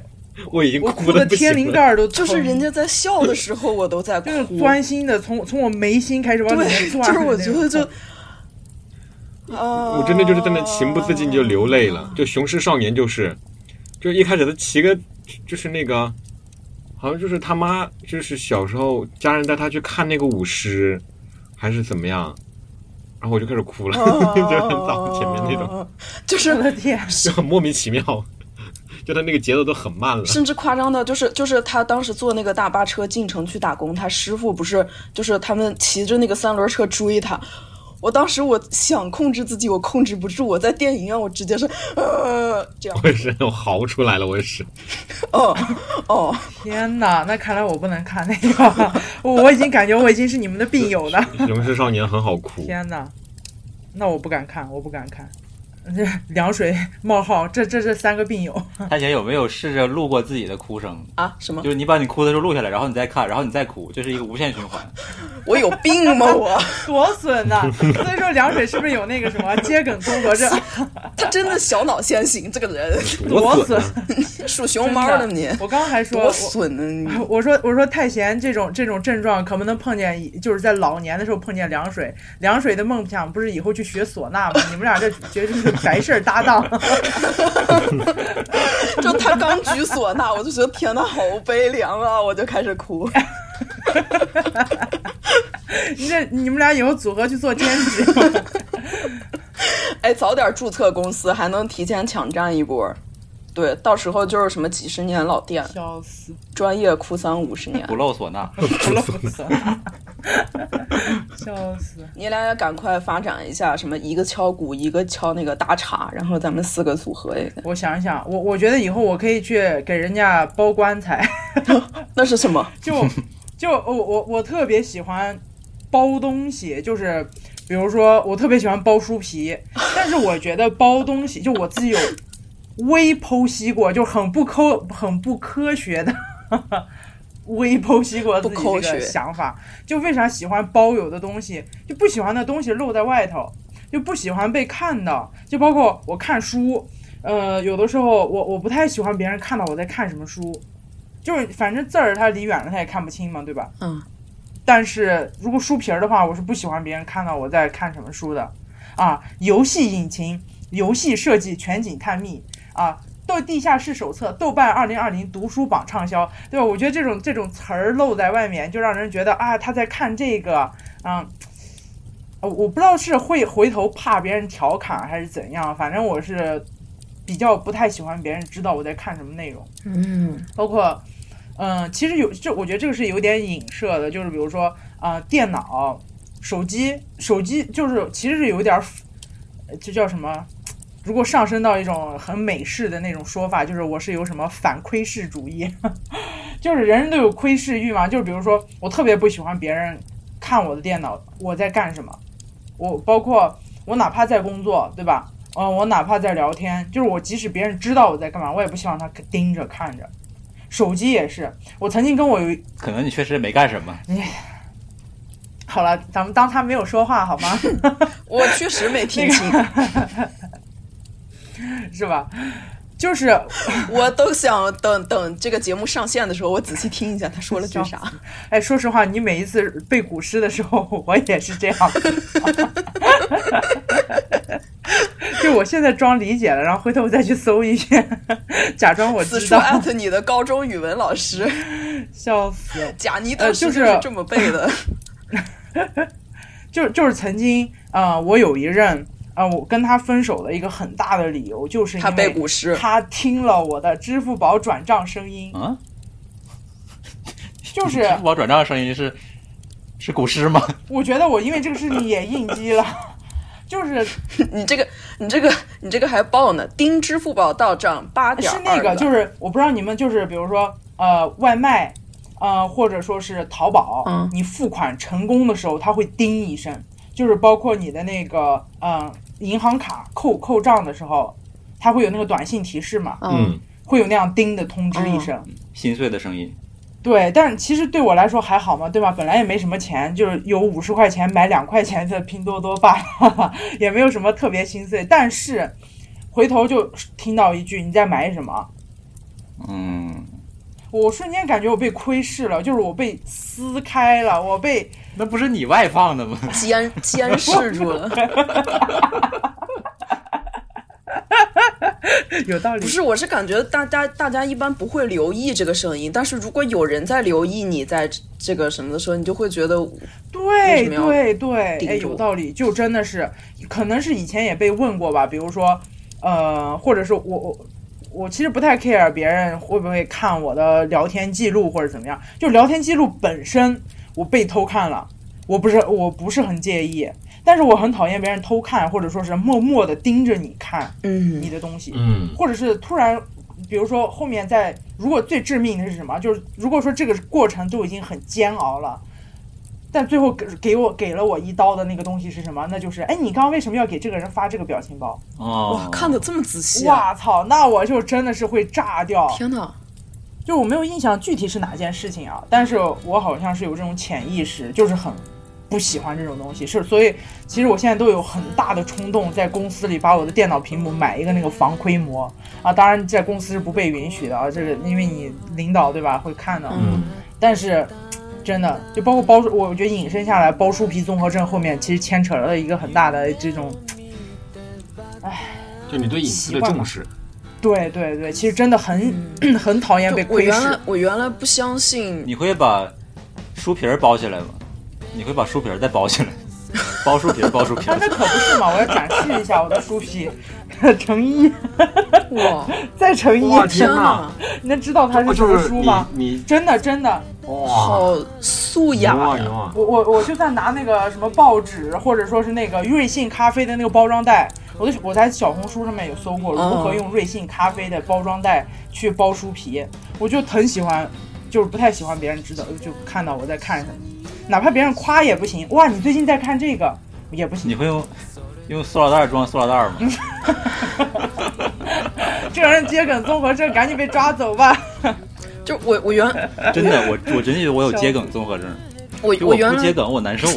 Speaker 4: 我已经
Speaker 1: 我
Speaker 4: 哭
Speaker 1: 的
Speaker 4: 的不
Speaker 1: 天
Speaker 4: 行
Speaker 1: 灵盖
Speaker 4: 了。
Speaker 1: 儿都疼
Speaker 3: 就是人家在笑的时候，我都在哭。
Speaker 1: 就是钻心的，从从我眉心开始往里面嗯
Speaker 3: 对，
Speaker 1: 钻。
Speaker 3: 就是我觉得就
Speaker 4: 我真的就是在那情不自禁就流泪了。就《雄狮少年》就是，就是一开始他骑个，就是那个，好像就是他妈，就是小时候家人带他去看那个舞狮，还是怎么样，然后我就开始哭了，
Speaker 3: 哦
Speaker 4: 就很早前面那种，
Speaker 3: 种，啊就是
Speaker 1: 我的天，
Speaker 4: 就很莫名其妙，就他那个节奏都很慢了。
Speaker 3: 甚至夸张的，就是就是他当时坐那个大巴车进城去打工，他师傅不是就是他们骑着那个三轮车追他。我当时我想控制自己，我控制不住，我在电影院我直接是呃这样，
Speaker 4: 我也是，我嚎出来了，我也是。
Speaker 3: 哦哦，
Speaker 1: 天哪！那看来我不能看那个，我我已经感觉我已经是你们的病友了。
Speaker 4: 《雄狮少年》很好哭，
Speaker 1: 天哪！那我不敢看，我不敢看。这凉水冒号，这这这三个病友，
Speaker 2: 他以前有没有试着录过自己的哭声？
Speaker 3: 啊什么
Speaker 2: 就？是你把你哭的时候录下来，然后你再看，然后你再哭，这是一个无限循环。
Speaker 3: 我有病吗我？
Speaker 1: 多损呐、所以说凉水是不是有那个什么接梗综合症？
Speaker 3: 他真的小脑先行，这个人
Speaker 1: 多
Speaker 4: 多损
Speaker 1: 损
Speaker 4: 啊！！
Speaker 3: 属熊猫的
Speaker 1: 真
Speaker 3: 你，
Speaker 1: 我刚还说，
Speaker 3: 多
Speaker 1: 我
Speaker 3: 损啊 呢
Speaker 1: 我说我说太闲这种这种症状可不能碰见，就是在老年的时候碰见凉水。凉水的梦想不是以后去学唢呐吗？ 你们俩这绝对是白事儿搭 档。哎
Speaker 3: 你！就他刚举唢呐，我就觉得天呐，好悲凉啊！我就开始哭。
Speaker 1: 你这你们俩以后组合去做兼职，
Speaker 3: 哎，早点注册公司，还能提前抢占一波。对，到时候就是什么几十年老店，
Speaker 1: 笑死！
Speaker 3: 专业哭丧五十年
Speaker 2: 不。露唢呐，
Speaker 1: 不了不死， 笑死！
Speaker 3: 你俩也赶快发展一下，什么一个敲鼓，一个敲那个大叉，然后咱们四个组合一个。
Speaker 1: 我想一想，我我觉得以后我可以去给人家包棺材，
Speaker 3: 那是什么？
Speaker 1: 就就我我我特别喜欢包东西，就是比如说我特别喜欢包书皮，但是我觉得包东西就我自己有微剖析过，就很不科很不科学的微剖析过自己
Speaker 3: 不科
Speaker 1: 这
Speaker 3: 学
Speaker 1: 个想法，就为啥喜欢包有的东西，就不喜欢那东西露在外头，就不喜欢被看到，就包括我看书。呃，有的时候我我不太喜欢别人看到我在看什么书，就是反正字儿它离远了它也看不清嘛，对吧？
Speaker 3: 嗯。
Speaker 1: 但是如果书皮儿的话，我是不喜欢别人看到我在看什么书的。啊，游戏引擎、游戏设计全景探秘啊，豆地下室手册、豆瓣二零二零读书榜畅销，对吧？我觉得这种这种词儿露在外面，就让人觉得啊，他在看这个，嗯。呃我不知道是会回头怕别人调侃还是怎样，反正我是比较不太喜欢别人知道我在看什么内容。
Speaker 3: 嗯，
Speaker 1: 包括，嗯、其实有这，我觉得这个是有点影射的，就是比如说啊、呃电脑、手机、手机，就是其实是有点儿，呃这叫什么？如果上升到一种很美式的那种说法，就是我是有什么反窥视主义， 就是人人都有窥视欲嘛。就是比如说，我特别不喜欢别人看我的电脑我在干什么，我包括我哪怕在工作，对吧？嗯、我哪怕在聊天，就是我即使别人知道我在干嘛，我也不希望他盯着看着。手机也是，我曾经跟我有一
Speaker 2: 可能你确实没干什么。
Speaker 1: 好了，咱们当他没有说话好 吗？
Speaker 3: 我确实没听清，
Speaker 1: 是吧？就是
Speaker 3: 我都想等等这个节目上线的时候，我仔细听一下他说了句啥。
Speaker 1: 哎，说实话，你每一次背古诗的时候， 我也是这样。 就我现在装理解了，然后回头我再去搜一遍， 假装我
Speaker 3: 此
Speaker 1: 知
Speaker 3: 处艾
Speaker 1: 道。
Speaker 3: 特你的高中语文老师
Speaker 1: 笑死！
Speaker 3: 贾尼
Speaker 1: 呃
Speaker 3: 当时
Speaker 1: 就是
Speaker 3: 就是这么 背的。
Speaker 1: 就就是曾经，啊，我有一任，啊，我跟他分手的一个很大的理由，就是因
Speaker 3: 他背
Speaker 1: 为
Speaker 3: 古诗，
Speaker 1: 他听了我的支付宝转账声音，
Speaker 2: 啊，
Speaker 1: 就是
Speaker 2: 支付宝转账的声音是是古诗吗？
Speaker 1: 我觉得我因为这个事情也应激了， 就是
Speaker 3: 你这个，你这个，你这个还报呢？丁支付宝到账八点
Speaker 1: 啊是那个，就是是我不知道你们就是比如说呃外卖，呃或者说是淘宝，
Speaker 3: 嗯
Speaker 1: 你付款成功的时候，它会叮一声，就是包括你的那个嗯、呃银行卡扣扣账的时候，它会有那个短信提示嘛，
Speaker 3: 啊
Speaker 4: 嗯，
Speaker 1: 会有那样叮的通知一声。
Speaker 2: 心碎的声音，
Speaker 1: 对，但其实对我来说还好嘛，对吧？本来也没什么钱，就是有五十块钱买两块钱的拼多多罢了， 也没有什么特别心碎。但是回头就听到一句“你在买什么
Speaker 2: 嗯，”，
Speaker 1: 我瞬间感觉我被窥视了，就是我被撕开了，我被
Speaker 2: 那不是你外放的吗？
Speaker 3: 监监视住了。
Speaker 1: 有道理
Speaker 3: 不。是，我是感觉大家大家一般不会留意这个声音，但是如果有人在留意你在这个什么的时候，你就会觉得为
Speaker 1: 对
Speaker 3: 什么要
Speaker 1: 对对，
Speaker 3: 盯
Speaker 1: 哎，
Speaker 3: 住
Speaker 1: 有道理，就真的是，可能是以前也被问过吧，比如说，呃，或者是我我我其实不太 care 别人会不会看我的聊天记录或者怎么样，就聊天记录本身我被偷看了，我不是我不是很介意，但是我很讨厌别人偷看或者说是默默的盯着你看
Speaker 3: 嗯
Speaker 1: 你的东西，
Speaker 4: 嗯，
Speaker 1: 或者是突然，比如说后面在，如果最致命的是什么？就是如果说这个过程都已经很煎熬了，但最后给给我给了我一刀的那个东西是什么？那就是，哎，你刚刚为什么要给这个人发这个表情包？
Speaker 2: 哦，
Speaker 3: 哇，看的这么仔细、啊，
Speaker 1: 哇操，那我就真的是会炸掉。
Speaker 3: 天哪！
Speaker 1: 就我没有印象具体是哪件事情啊，但是我好像是有这种潜意识，就是很不喜欢这种东西，是所以其实我现在都有很大的冲动，在公司里把我的电脑屏幕买一个那个防窥膜啊，当然在公司是不被允许的啊，这个因为你领导对吧会看到，
Speaker 3: 嗯，
Speaker 1: 但是真的就包括包书，我觉得引申下来包书皮综合症后面其实牵扯了一个很大的这种
Speaker 4: 就你对隐私的重视，
Speaker 1: 对对对，其实真的很、很讨厌被
Speaker 3: 嗯就我
Speaker 1: 窥
Speaker 3: 原
Speaker 1: 视
Speaker 3: 来。我原来不相信，
Speaker 2: 你会把书皮儿包起来吗？你会把书皮儿再包起来？ 包书皮儿，包书皮
Speaker 1: 啊
Speaker 2: 儿，
Speaker 1: 那可不是嘛！我要展示一下我的书皮，乘一
Speaker 3: 哇，
Speaker 1: 再乘一，
Speaker 4: 哇
Speaker 3: 天
Speaker 4: 天哪
Speaker 3: 哪，
Speaker 1: 你能知道它是
Speaker 4: 不
Speaker 1: 什
Speaker 4: 就
Speaker 1: 么
Speaker 4: 是
Speaker 1: 书
Speaker 4: 你
Speaker 1: 吗？
Speaker 4: 你
Speaker 1: 真的真的，
Speaker 4: 哇，
Speaker 3: 好素雅
Speaker 4: 牛啊
Speaker 3: 呀
Speaker 4: 牛！啊！
Speaker 1: 我我我就算拿那个什么报纸，或者说是那个瑞幸咖啡的那个包装袋，我都我在小红书上面有搜过
Speaker 3: 嗯
Speaker 1: 如何用瑞幸咖啡的包装袋去包书皮，我就很喜欢，就是不太喜欢别人知道，就看到我在看什么，哪怕别人夸也不行。哇，你最近在看这个也不行，
Speaker 2: 你会用用塑料袋装塑料袋吗？
Speaker 1: 这个人接梗综合症，赶紧被抓走吧。
Speaker 3: 就我 我原
Speaker 2: 真的，我我真觉得我有接梗综合症，
Speaker 3: 我
Speaker 2: 就
Speaker 3: 我
Speaker 2: 我
Speaker 3: 原
Speaker 2: 不接啊
Speaker 3: 来
Speaker 2: 梗我难受。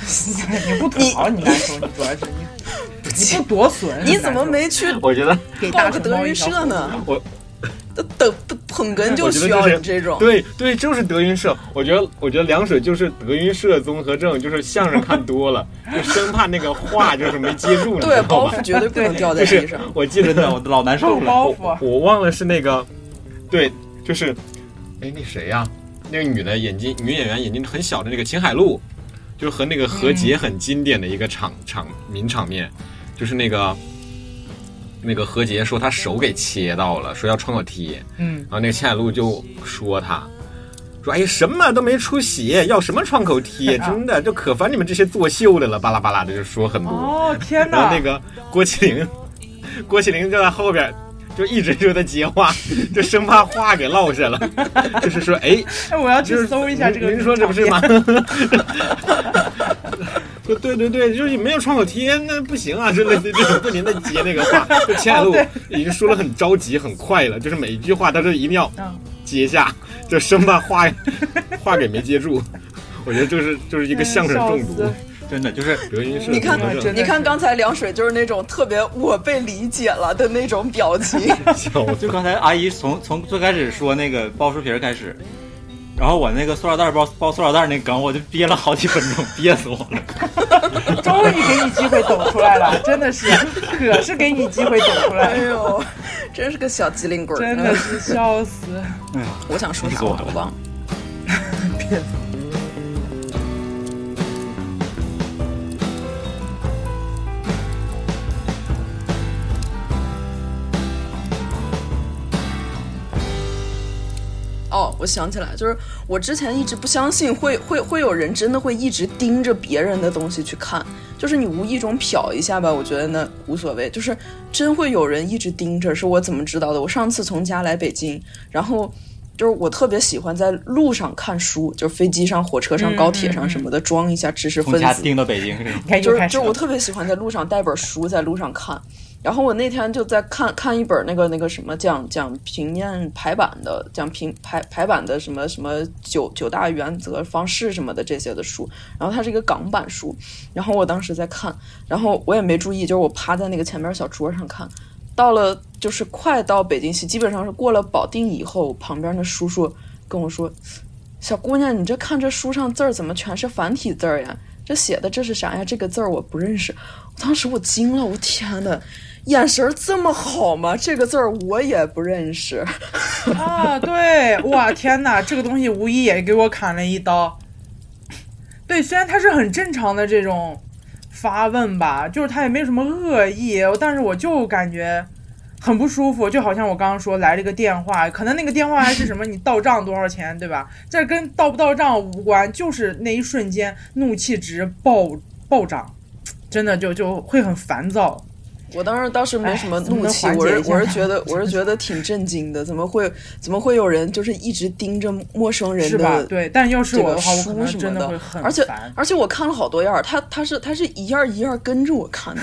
Speaker 1: 你不吐槽你难受，你主要是 你你不夺损，
Speaker 3: 你怎么没去
Speaker 4: 我觉得，
Speaker 1: 给大
Speaker 3: 报
Speaker 1: 家
Speaker 3: 个德云社？呢？
Speaker 4: 我
Speaker 3: 都等捧哏就
Speaker 4: 我觉得
Speaker 3: 需
Speaker 4: 就
Speaker 3: 要
Speaker 4: 是
Speaker 3: 你这种，
Speaker 4: 对对，就是德云社。我觉得，我觉得两水就是德云社综合症，就是相声看多了，就生怕那个话就是没接住，你知
Speaker 3: 对
Speaker 4: 道
Speaker 3: 包
Speaker 4: 吧
Speaker 3: 袱？绝对不能掉在
Speaker 4: 就
Speaker 3: 地
Speaker 4: 是
Speaker 3: 上。
Speaker 4: 我记得
Speaker 2: 真的，我老难受
Speaker 1: 肉
Speaker 2: 了。
Speaker 1: 包
Speaker 4: 我
Speaker 1: 袱，啊
Speaker 4: 我忘了是那个， 对，就是，哎，那谁呀、那个女的眼睛，女演员眼睛很小的那个秦海璐，就是和那个何
Speaker 1: 嗯
Speaker 4: 洁很经典的一个场、场名场面，就是那个那个何洁说她手给切到了，说要创可贴，
Speaker 1: 嗯，
Speaker 4: 然后那个秦海璐就说她。说哎，什么都没出血，要什么创口 贴？
Speaker 1: 啊
Speaker 4: 真的，就可烦你们这些作秀的了，巴拉巴拉的就说很多。
Speaker 1: 哦天
Speaker 4: 然后
Speaker 1: 哪，
Speaker 4: 那个郭麒麟，郭麒麟就在后边，就一直就在接话，就生怕话给落下了。 就是说，哎，
Speaker 1: 哎，我要去
Speaker 4: 就是
Speaker 1: 搜一下这个。
Speaker 4: 您您说这不是吗？？说对对对， 就是没有创口贴，那不行啊！之类的这种不停的接那个话，就秦海璐
Speaker 1: 哦
Speaker 4: 已经说的很着急、很快了，就是每一句话他都一定要
Speaker 1: 嗯
Speaker 4: 接下，就生怕话话给没接住。 我觉得就是就是一个相声中毒
Speaker 1: 哎笑，
Speaker 2: 真的就是
Speaker 4: 德云社
Speaker 3: 你看
Speaker 4: 综合症
Speaker 1: 真的
Speaker 3: 你看
Speaker 1: 是
Speaker 3: 刚才凉水就是那种特别我被理解了的那种表情，
Speaker 4: 笑死
Speaker 2: 就刚才阿姨从从最开始说那个包书皮儿开始，然后我那个塑料袋包包塑料袋那梗，我就憋了好几分钟，憋死我了。
Speaker 1: 终于给你机会抖出来了，真的是，可是给你机会抖出
Speaker 3: 哎
Speaker 1: 来，
Speaker 3: 呦，真是个小机灵鬼 儿。
Speaker 1: 真的是笑死。
Speaker 3: 我想说啥
Speaker 2: 我
Speaker 3: 我都忘了。 哦，我想起来，就是我之前一直不相信会会会有人真的会一直盯着别人的东西去看，就是你无意中瞟一下吧，我觉得那无所谓。就是真会有人一直盯着，是我怎么知道的？我上次从家来北京，然后就是我特别喜欢在路上看书，就是飞机上、火车上、
Speaker 1: 嗯
Speaker 3: 高铁上
Speaker 1: 嗯
Speaker 3: 什么的，装一下知识
Speaker 2: 从
Speaker 3: 分
Speaker 2: 家
Speaker 3: 子。
Speaker 2: 盯到北京是吗？
Speaker 1: 你看
Speaker 3: 就
Speaker 1: 又
Speaker 3: 是
Speaker 1: 开
Speaker 3: 就
Speaker 1: 始
Speaker 3: 是我
Speaker 1: 了，
Speaker 3: 特别喜欢在路上带本书，在路上看。然后我那天就在看看一本那个那个什么讲讲平面排版的，讲平排排版的什么什么九九大原则方式什么的这些的书。然后它是一个港版书，然后我当时在看，然后我也没注意，就是我趴在那个前面小桌上看，到了就是快到北京西，基本上是过了保定以后，旁边的叔叔跟我说：“小姑娘，你这看这书上字儿怎么全是繁体字儿呀？这写的这是啥呀？这个字儿我不认识。”我当时我惊了，我天呐，眼神儿这么好吗？这个字儿我也不认识。
Speaker 1: 啊，对，哇，天哪，这个东西无疑也给我砍了一刀。对，虽然它是很正常的这种发问吧，就是它也没有什么恶意，但是我就感觉很不舒服，就好像我刚刚说来了一个电话，可能那个电话还是什么你到账多少钱，对吧？这跟到不到账无关，就是那一瞬间怒气值暴暴涨，真的就就会很烦躁。
Speaker 3: 我当时当时没什么
Speaker 1: 哎怎么
Speaker 3: 怒
Speaker 1: 能
Speaker 3: 气，
Speaker 1: 缓
Speaker 3: 我
Speaker 1: 解
Speaker 3: 是
Speaker 1: 一下
Speaker 3: 我是
Speaker 1: 呢
Speaker 3: 觉得我是觉得挺震惊的，怎么会怎么会有人就是一直盯着陌生人
Speaker 1: 是吧
Speaker 3: 的？
Speaker 1: 对，但要是
Speaker 3: 这
Speaker 1: 我
Speaker 3: 个
Speaker 1: 的话，我可
Speaker 3: 书
Speaker 1: 能
Speaker 3: 什
Speaker 1: 真
Speaker 3: 么
Speaker 1: 的会很
Speaker 3: 而且
Speaker 1: 烦。
Speaker 3: 而且我看了好多页儿，他他是他是一页儿一页儿跟着我看的，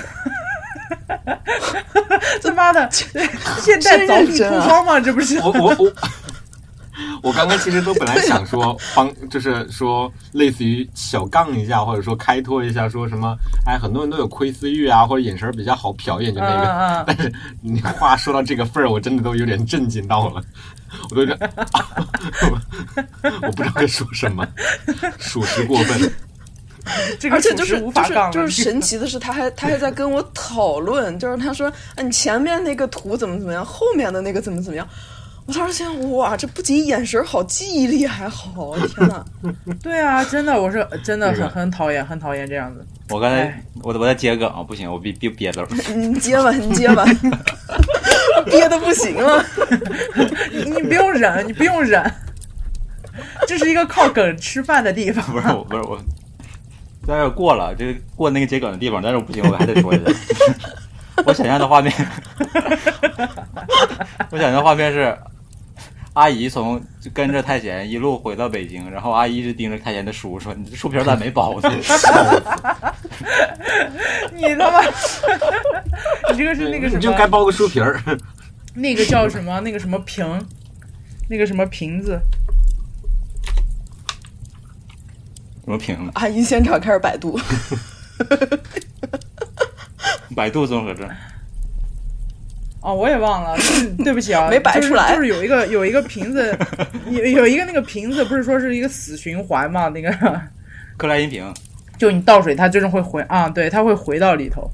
Speaker 1: 他妈 的，现代凿壁
Speaker 3: 真
Speaker 1: 铺
Speaker 3: 啊
Speaker 1: 方嘛，这不是？
Speaker 4: 我我我，我刚刚其实都本来想说帮，就是说类似于小杠一下，或者说开拓一下，说什么哎，很多人都有窥私欲啊，或者眼神比较好瞟一眼就那 个。
Speaker 1: 嗯嗯嗯，
Speaker 4: 你话说到这个份儿，我真的都有点震惊到了，我都觉得、 我不知道该说什么，属实过分。
Speaker 1: 这个
Speaker 3: 而且
Speaker 1: 属
Speaker 3: 就
Speaker 1: 实
Speaker 3: 是
Speaker 1: 无
Speaker 3: 就
Speaker 1: 法
Speaker 3: 是
Speaker 1: 杠了，
Speaker 3: 就是
Speaker 1: 这个
Speaker 3: 神奇的是，他还他还在跟我讨论，就是他说，啊，你前面那个图怎么怎么样，后面的那个怎么怎么样。我当时想，哇，这不仅眼神好，记忆力还好，天哪！
Speaker 1: 对啊，真的，我是真的
Speaker 4: 这
Speaker 1: 很
Speaker 4: 个
Speaker 1: 很讨厌，很讨厌这样子。
Speaker 2: 我刚才
Speaker 1: 哎
Speaker 2: 我我在接梗啊，不行，我憋憋憋着了。
Speaker 3: 你接吧，你接吧， 憋的不行了。
Speaker 1: 你你不用忍，你不用忍，这是一个靠梗吃饭的地方。
Speaker 2: 不是我，不是我，在这过了，这个过那个桔梗的地方，但是我不行，我还得说一下。 我想象的画面， 我想象的画面是，阿姨从就跟着太贤一路回到北京，然后阿姨一直盯着太贤的书，说：“你这书皮儿咋没剥 呢
Speaker 1: 你他妈， 你这个是那个什
Speaker 4: 你就该
Speaker 1: 么，
Speaker 4: 包个书皮儿。
Speaker 1: 那个叫什么，那个什么瓶，那个什么瓶子，？”
Speaker 2: 什么瓶？
Speaker 3: 阿姨现场开始百度，
Speaker 2: 百度综合症。
Speaker 1: 哦，我也忘了，就是对不起啊，
Speaker 3: 没摆
Speaker 1: 就是
Speaker 3: 出来
Speaker 1: 就是有一个有一个瓶子，有有一个那个瓶子，不是说是一个死循环嘛？那个
Speaker 2: 克莱因瓶，
Speaker 1: 就你倒水，它最终会回啊，对，它会回到里头，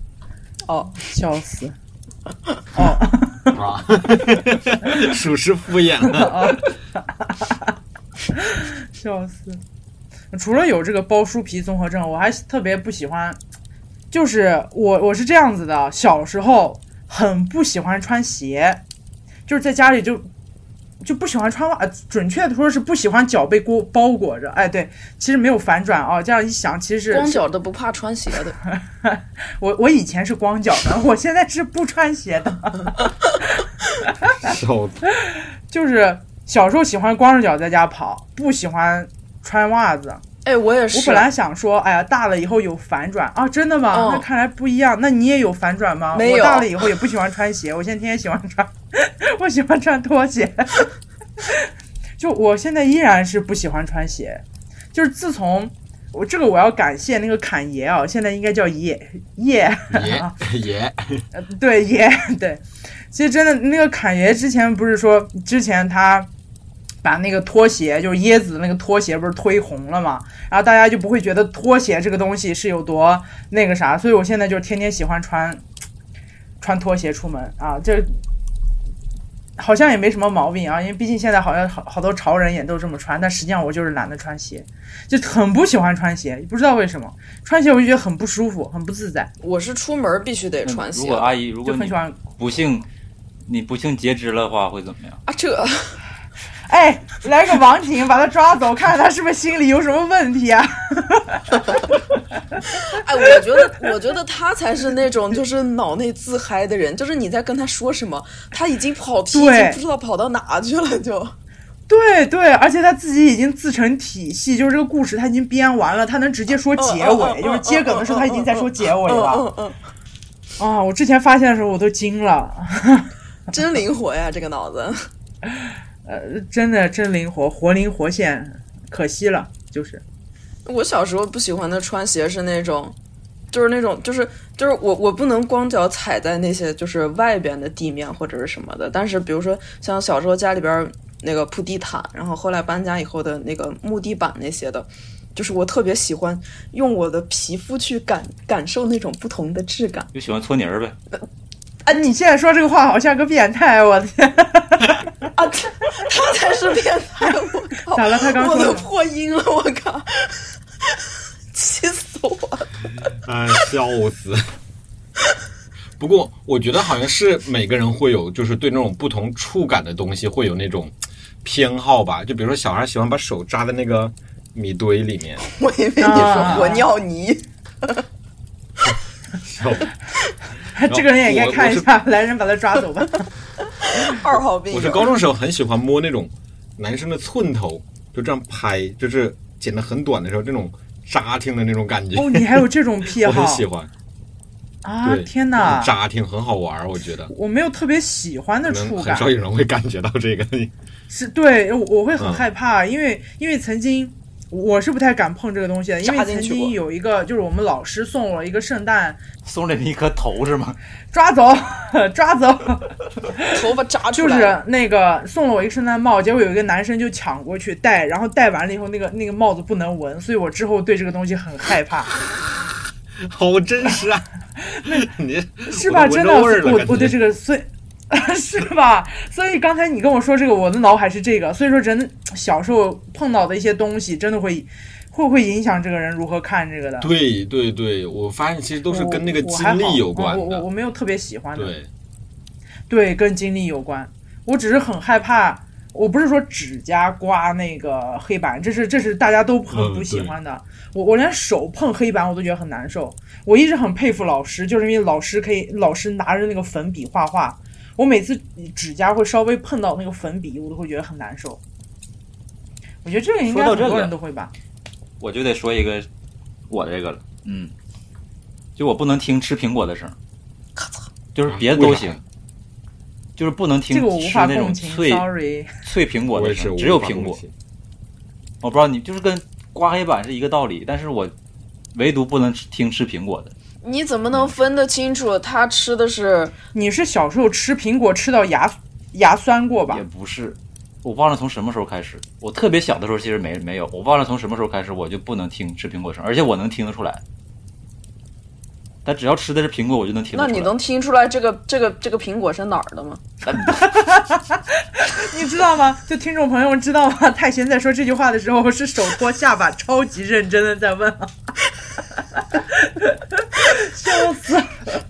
Speaker 3: 哦，
Speaker 1: 笑死。哦，
Speaker 4: 啊， 属实敷衍了。
Speaker 1: 哦 笑死！除了有这个包书皮综合症，我还特别不喜欢，就是我我是这样子的，小时候很不喜欢穿鞋，就是在家里就就不喜欢穿袜，呃准确的说是不喜欢脚被裹包裹着。哎，对，其实没有反转啊、这样一想，其实是
Speaker 3: 光脚的不怕穿鞋的，
Speaker 1: 我我以前是光脚的，我现在是不穿鞋的。
Speaker 4: 笑死！
Speaker 1: 就是小时候喜欢光着脚在家跑，不喜欢穿袜子。
Speaker 3: 哎，我也是。
Speaker 1: 我本来想说，哎呀，大了以后有反转啊，真的吗？
Speaker 3: 嗯
Speaker 1: 那看来不一样。那你也有反转吗？
Speaker 3: 没有
Speaker 1: 我大了以后也不喜欢穿鞋，我现在天天喜欢穿， 我喜欢穿拖鞋。 就我现在依然是不喜欢穿鞋，就是自从我这个我要感谢那个侃爷啊，现在应该叫爷爷。
Speaker 4: 爷爷，
Speaker 1: 呃， 对爷对，其实真的那个侃爷之前不是说之前他把那个拖鞋就是椰子那个拖鞋不是推红了嘛，然后大家就不会觉得拖鞋这个东西是有多那个啥，所以我现在就天天喜欢穿穿拖鞋出门啊，这好像也没什么毛病啊，因为毕竟现在好像好好多潮人也都这么穿，但实际上我就是懒得穿鞋，就很不喜欢穿鞋，不知道为什么穿鞋我就觉得很不舒服，很不自在，
Speaker 3: 我是出门必须得
Speaker 1: 嗯
Speaker 3: 穿
Speaker 2: 嗯如
Speaker 3: 鞋
Speaker 2: 果阿姨，如
Speaker 1: 就
Speaker 2: 果
Speaker 1: 很
Speaker 2: 你
Speaker 1: 喜欢
Speaker 2: 不幸，你不幸截肢了的话，会怎么样？
Speaker 3: 啊，这
Speaker 1: 哎，来个网警把他抓走，看看他是不是心里有什么问题啊？
Speaker 3: 哎，我觉得，我觉得他才是那种就是脑内自嗨的人，就是你在跟他说什么，他已经跑题，已
Speaker 1: 对
Speaker 3: 经不知道跑到哪去了，就
Speaker 1: 对对，而且他自己已经自成体系，就是这个故事他已经编完了，他能直接说结
Speaker 3: 嗯嗯嗯
Speaker 1: 尾，
Speaker 3: 嗯
Speaker 1: 就是接梗的时候他已经在说结尾
Speaker 3: 嗯
Speaker 1: 了
Speaker 3: 嗯嗯，
Speaker 1: 啊！我之前发现的时候我都惊了，
Speaker 3: 嗯真灵活呀，这个脑子。
Speaker 1: 呃，真的真灵活，活灵活现，可惜了，就是
Speaker 3: 我小时候不喜欢的穿鞋是那种，就是那种，就是就是我我不能光脚踩在那些就是外边的地面或者是什么的，但是比如说像小时候家里边那个铺地毯，然后后来搬家以后的那个木地板那些的，就是我特别喜欢用我的皮肤去感感受那种不同的质感。
Speaker 2: 就喜欢搓泥儿呗。
Speaker 1: 啊，你现在说这个话好像个变态，我的天，
Speaker 3: 啊，他他才是变态！我靠，
Speaker 1: 咋了他刚说
Speaker 3: 我都
Speaker 1: 什么
Speaker 3: 破音了，我靠， 气死我了！
Speaker 4: 啊，笑 死！不过我觉得好像是每个人会有，就是对那种不同触感的东西会有那种偏好吧。就比如说小孩喜欢把手扎在那个米堆里面，
Speaker 3: 我以为你说
Speaker 1: 啊
Speaker 3: 我尿泥，
Speaker 4: 笑死
Speaker 1: 这个人也应该看一下，来人把他抓 走吧。
Speaker 3: 二号病
Speaker 4: 我
Speaker 3: 友
Speaker 4: 是高中时候很喜欢摸那种男生的寸头，就这样拍，就是剪得很短的时候，这种扎听的那种感觉，
Speaker 1: 哦，你还有这种癖
Speaker 4: 我
Speaker 1: 好
Speaker 4: 很喜欢。
Speaker 1: 啊！
Speaker 4: 对
Speaker 1: 天哪
Speaker 4: 那种，扎听很好玩儿，我觉得
Speaker 1: 我没有特别喜欢的
Speaker 4: 可能
Speaker 1: 触
Speaker 4: 很
Speaker 1: 感，
Speaker 4: 少有人会感觉到这个。
Speaker 1: 是对我我会很
Speaker 4: 嗯
Speaker 1: 害怕，因为因为曾经我是不太敢碰这个东西的，因为
Speaker 3: 扎进
Speaker 1: 曾
Speaker 3: 去
Speaker 1: 经
Speaker 3: 过
Speaker 1: 有一个就是我们老师送我一个圣诞
Speaker 2: 送了你一颗头是吗？
Speaker 1: 抓走抓 走，
Speaker 3: 头发扎出
Speaker 1: 就
Speaker 3: 来，
Speaker 1: 是那个送了我一个圣诞帽，结果有一个男生就抢过去戴，然后戴完了以后那个那个帽子不能闻，所以我之后对这个东西很害 怕，
Speaker 4: 好真 实啊！你
Speaker 1: 是吧？
Speaker 4: 我都
Speaker 1: 真
Speaker 4: 闻
Speaker 1: 的，
Speaker 4: 着味儿了
Speaker 1: 我
Speaker 4: 感觉
Speaker 1: 我对这个所以。 是吧？所以刚才你跟我说这个，我的脑海是这个。所以说，人小时候碰到的一些东西，真的会会不会影响这个人如何看这个的？
Speaker 4: 对对对，我发现其实都是跟那个
Speaker 1: 我我还
Speaker 4: 经历
Speaker 1: 好
Speaker 4: 有
Speaker 1: 嗯
Speaker 4: 关
Speaker 1: 我我
Speaker 4: 的
Speaker 1: 我。没有特别喜欢的，
Speaker 4: 对，
Speaker 1: 对跟经历有关。我只是很害怕，我不是说指甲刮那个黑板，这是这是大家都很
Speaker 4: 嗯
Speaker 1: 不
Speaker 4: 对
Speaker 1: 喜欢的。我我连手碰黑板我都觉得很难受。我一直很佩服老师，就是因为老师可以，老师拿着那个粉笔画画。我每次指甲会稍微碰到那个粉笔，我都会觉得很难受。我觉得这个应该
Speaker 2: 说到
Speaker 1: 很
Speaker 2: 这个
Speaker 1: 多人都会吧。
Speaker 2: 我就得说一个我这个了，嗯，就我不能听吃苹果的声儿，
Speaker 3: 咔嚓
Speaker 2: 就是别的都
Speaker 4: 啊为
Speaker 2: 行，就是不能听
Speaker 1: 这个我无
Speaker 2: 吃
Speaker 1: 法
Speaker 2: 那
Speaker 1: 共
Speaker 2: 种
Speaker 1: 情
Speaker 2: 脆
Speaker 1: ，sorry。
Speaker 2: 脆苹果
Speaker 4: 我
Speaker 2: 的
Speaker 4: 也是
Speaker 2: 声，
Speaker 4: 我
Speaker 2: 儿，只有
Speaker 4: 无法
Speaker 2: 苹
Speaker 4: 共
Speaker 2: 果。
Speaker 4: 情
Speaker 2: 我不知道你就是跟刮黑板是一个道理，但是我唯独不能吃听吃苹果的。
Speaker 3: 你怎么能分得清楚他吃的是
Speaker 1: 你是小时候吃苹果吃到牙牙酸过吧
Speaker 2: 也？不是，我忘了从什么时候开始，我特别小的时候其实没没有，我忘了从什么时候开始我就不能听吃苹果声，而且我能听得出来。但只要吃的是苹果，我就能听得
Speaker 3: 那
Speaker 2: 出来。
Speaker 3: 你能听出来这个这个这个苹果是哪儿的吗？
Speaker 1: 你知道吗？就听众朋友们知道吗？太贤在说这句话的时候是手托下巴，超级认真的在问啊，笑死！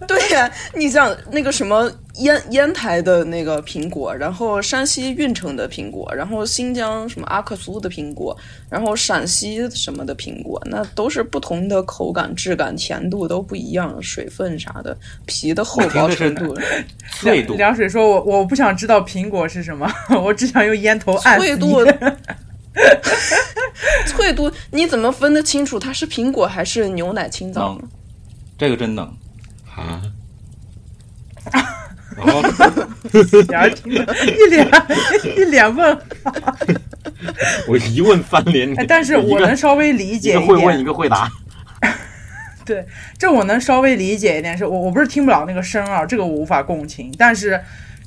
Speaker 3: 对呀、你像那个什么烟烟台的那个苹果，然后山西运城的苹果，然后新疆什么阿克苏的苹果，然后陕西什么的苹果，那都是不同的口感、质感、甜度都不一样，水分啥的，皮的厚薄程度，
Speaker 2: 脆度，
Speaker 1: 凉水说我我不想知道苹果是什么， 我只想用烟头按死
Speaker 3: 脆
Speaker 1: 你
Speaker 3: 度。 脆度，你怎么分得清楚它是苹果还是牛奶青藏
Speaker 2: 嗯
Speaker 3: 呢？
Speaker 2: 这个真能。
Speaker 4: 啊。 然后
Speaker 1: 然后听着一脸一脸问，
Speaker 4: 我一问三连，
Speaker 1: 哎，但是
Speaker 4: 一
Speaker 1: 我
Speaker 4: 个
Speaker 1: 能稍微理
Speaker 4: 一
Speaker 1: 解
Speaker 4: 个
Speaker 1: 一
Speaker 4: 会问
Speaker 1: 点
Speaker 4: 一，个会答，
Speaker 1: 对，这我能稍微理解一点，是我我不是听不了那个声啊，这个我无法共情。但是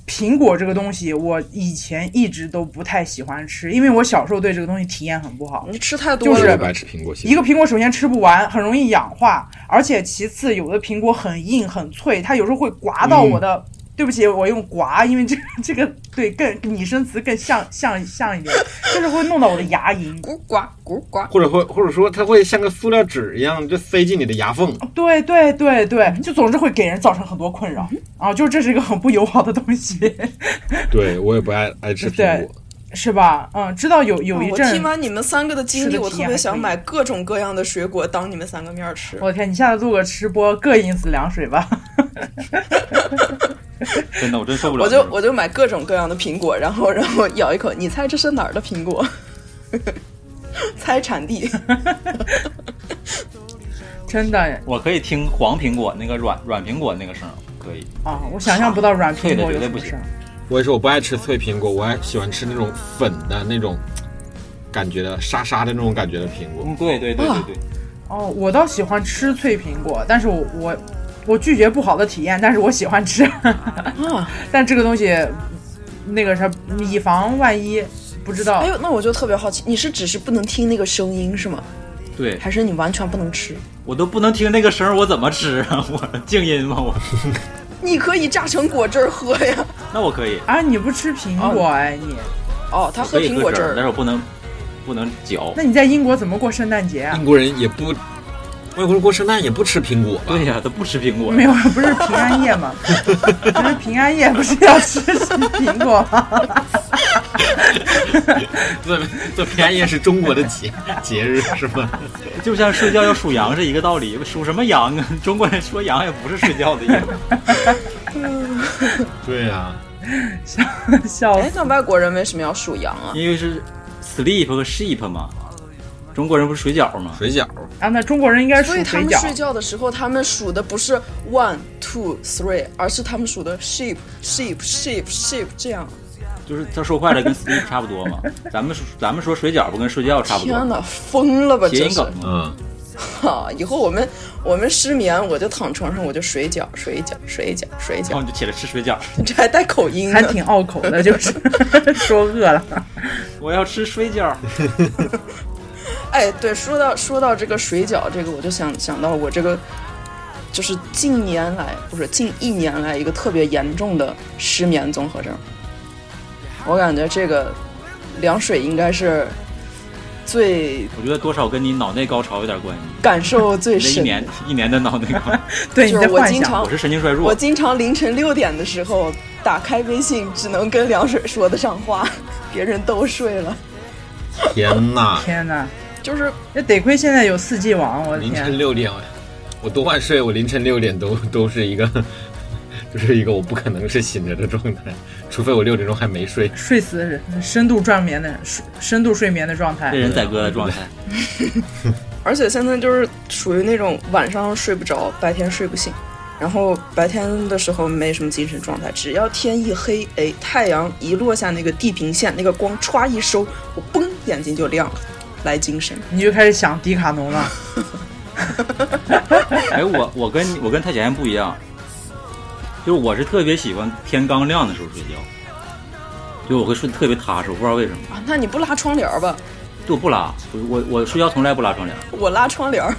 Speaker 1: 苹果这个东西，我以前一直都不太喜欢吃，因为我小时候对这个东西体验很不好。
Speaker 3: 你吃太多
Speaker 1: 就是
Speaker 3: 了
Speaker 4: 我
Speaker 3: 吧
Speaker 4: 白？吃苹果系
Speaker 1: 一个苹果首先吃不完，很容易氧化，而且其次有的苹果很硬很脆，它有时候会刮到我的。对不起，我用刮，因为这个 这个对更拟声词更像像像一点，就是会弄到我的牙龈。
Speaker 3: 咕呱咕呱，
Speaker 4: 或者会或者说它会像个塑料纸一样，就塞进你的牙 缝。
Speaker 1: 对对对对，就总之会给人造成很多困扰啊！就是这是一个很不友好的东西。
Speaker 4: 对我也不爱爱吃苹果，
Speaker 1: 是吧？嗯，知道有有一
Speaker 3: 我
Speaker 1: 阵，
Speaker 3: 听完你们三个的经
Speaker 1: 吃
Speaker 3: 历，
Speaker 1: 的
Speaker 3: 我
Speaker 1: 体
Speaker 3: 特
Speaker 1: 验还
Speaker 3: 别想
Speaker 1: 可以
Speaker 3: 买各种各样的水果当你们三个面儿吃。
Speaker 1: 我的天，你下次录个吃播，膈应死凉水吧！
Speaker 2: 真的，我真受不了。
Speaker 3: 我就我就买各种各样的苹果，然后然后咬一口，你猜这是哪儿的苹果？ 猜产地。
Speaker 1: 真的哎
Speaker 2: 我可以听黄苹果那个软软苹果那个声儿，可以。
Speaker 1: 啊，我想象不到软苹
Speaker 2: 脆的
Speaker 1: 果有
Speaker 2: 绝对
Speaker 1: 什么
Speaker 2: 不行
Speaker 1: 事儿。
Speaker 4: 我也说我不爱吃脆苹果，我爱喜欢吃那种粉的那种感觉的沙沙的那种感觉的苹果。
Speaker 2: 嗯，对对对对对，
Speaker 1: 哦，我倒喜欢吃脆苹果，但是我我 啊我拒绝不好的体验，但是我喜欢吃。但这个东西那个啥，以防万一不知道
Speaker 3: 哎。呦，那我就特别好奇，你是只是不能听那个声音是吗？
Speaker 2: 对
Speaker 3: 还是你完全不能吃？
Speaker 2: 我都不能听那个声儿，我怎么吃 啊？我静音吗？我
Speaker 3: 你可以榨成果汁儿喝呀。
Speaker 2: 那我可以，
Speaker 1: 啊，你不吃苹果哎，你
Speaker 3: 哦，他
Speaker 2: 我可
Speaker 3: 喝
Speaker 2: 以
Speaker 3: 苹
Speaker 2: 喝
Speaker 3: 果
Speaker 2: 汁
Speaker 3: 汁
Speaker 2: 儿，但
Speaker 3: 儿。
Speaker 2: 是我不能不能嚼。
Speaker 1: 那你在英国怎么过圣诞节啊？
Speaker 4: 英国人也不，外国人过圣诞也不吃苹果吧？
Speaker 2: 对呀、他不吃苹果。
Speaker 1: 没有，不是平安夜吗？不是平安夜不是要吃 苹果吗？
Speaker 4: 这这平安夜是中国的 节节日是吗？
Speaker 2: 就像睡觉要数羊 是一个道理，数什么羊啊？ 中国人说羊也不是睡觉的意 思。
Speaker 4: 对啊呀、
Speaker 1: 笑
Speaker 3: 哎
Speaker 1: 死，！
Speaker 3: 那外国人为什么要数羊啊？
Speaker 2: 因为是 sleep 和 sheep 嘛，中国人不是水饺吗？
Speaker 4: 水饺
Speaker 1: 啊，那中国人应该数
Speaker 3: 所以他
Speaker 1: 水
Speaker 3: 们睡
Speaker 1: 饺。
Speaker 3: 觉的时候，他们数的不是 one two three，而是他们数的 sheep sheep sheep sheep 这样。
Speaker 2: 就是他说快了跟 sleep 差不多嘛。咱们咱们说水饺不跟睡觉差不
Speaker 3: 天
Speaker 2: 多，
Speaker 3: 哪，疯了吧！
Speaker 2: 谐
Speaker 3: 这
Speaker 2: 音
Speaker 3: 是
Speaker 2: 梗嘛。
Speaker 4: 嗯，
Speaker 3: 哈，以后我们我们失眠，我就躺床上，我就水饺水饺水饺水
Speaker 2: 然后
Speaker 3: 饺，
Speaker 2: 你就起来吃水饺，
Speaker 3: 这还带口 音
Speaker 1: 还
Speaker 3: 呢。
Speaker 1: 挺拗口 的，就是说饿了，
Speaker 2: 我要吃水饺。
Speaker 3: 哎，对，说到说到这个水饺，这个我就想想到我这个，就是近年来不是近一年来一个特别严重的失眠综合症。我感觉这个凉水应该是最
Speaker 2: 我觉得多少跟你脑内高潮有点关系。
Speaker 3: 感受最
Speaker 2: 你这一
Speaker 3: 深
Speaker 2: 年一年的脑内 高，
Speaker 1: 哎对你
Speaker 3: 就
Speaker 1: 在
Speaker 3: 是我
Speaker 1: 幻
Speaker 3: 经
Speaker 1: 想。
Speaker 3: 常
Speaker 2: 我是神经衰弱
Speaker 3: 我。经常凌晨六点的时候打开微信，只能跟凉水说得上话，别人都睡了。
Speaker 4: 天哪，
Speaker 1: 天哪，
Speaker 3: 就是
Speaker 1: 那得亏现在有四 G 网，我的
Speaker 4: 凌晨
Speaker 1: 天！
Speaker 4: 六点，我多晚睡，我凌晨六点都都是一个， 就是一个我不可能是醒着的状态，除非我六点钟还没睡。
Speaker 1: 睡死人，深度睡眠的深深度睡眠的状态
Speaker 2: 被。人宰割的 状态，
Speaker 3: 而且现在就是属于那种晚上睡不着，白天睡不醒，然后白天的时候没什么精神状态，只要天一黑，哎，太阳一落下那个地平线，那个光歘一收，我嘣眼睛就亮了，来精神。
Speaker 1: 你就开始想迪卡 侬了，
Speaker 2: 哎，我我跟我跟太前不一样，就是我是特别喜欢天刚亮的时候睡觉，就我会睡得特别踏实，我不知道为什么。
Speaker 3: 啊，那你不拉窗帘儿吧？
Speaker 2: 就我不拉，我我我睡觉从来不拉窗 帘。
Speaker 3: 我拉窗帘儿，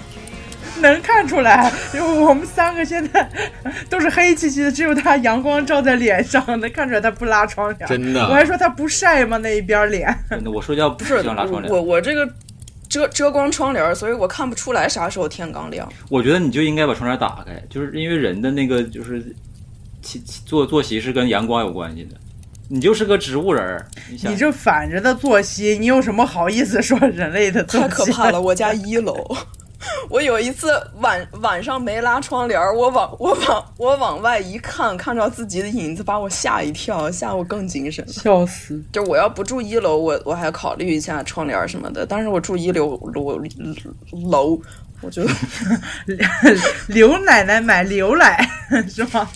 Speaker 1: 能看出来，因为我们三个现在 都是黑漆漆的，只有他阳光照在脸上，能看出来他不拉窗帘。
Speaker 4: 真的
Speaker 1: 我还说他不晒吗？那一边脸，
Speaker 2: 我睡觉不
Speaker 3: 不是
Speaker 2: 喜欢拉窗
Speaker 3: 我
Speaker 2: 帘。
Speaker 3: 我这个遮遮光窗帘儿，所以我看不出来啥时候天刚亮。
Speaker 2: 我觉得你就应该把窗帘打开，就是因为人的那个就是起起作作息是跟阳光有关系的。你就是个植物人儿，你想
Speaker 1: 你这反着的作息，你有什么好意思说人类的作息？
Speaker 3: 太可怕了！我家一楼， 我有一次晚晚上没拉窗帘儿，我往我往我往外一看，看到自己的影子，把我吓一跳，吓我更精神了。
Speaker 1: 笑死！
Speaker 3: 就我要不住一楼，我我还考虑一下窗帘儿什么的，但是我住一楼楼楼，我觉得
Speaker 1: 刘奶奶买牛奶 是吗？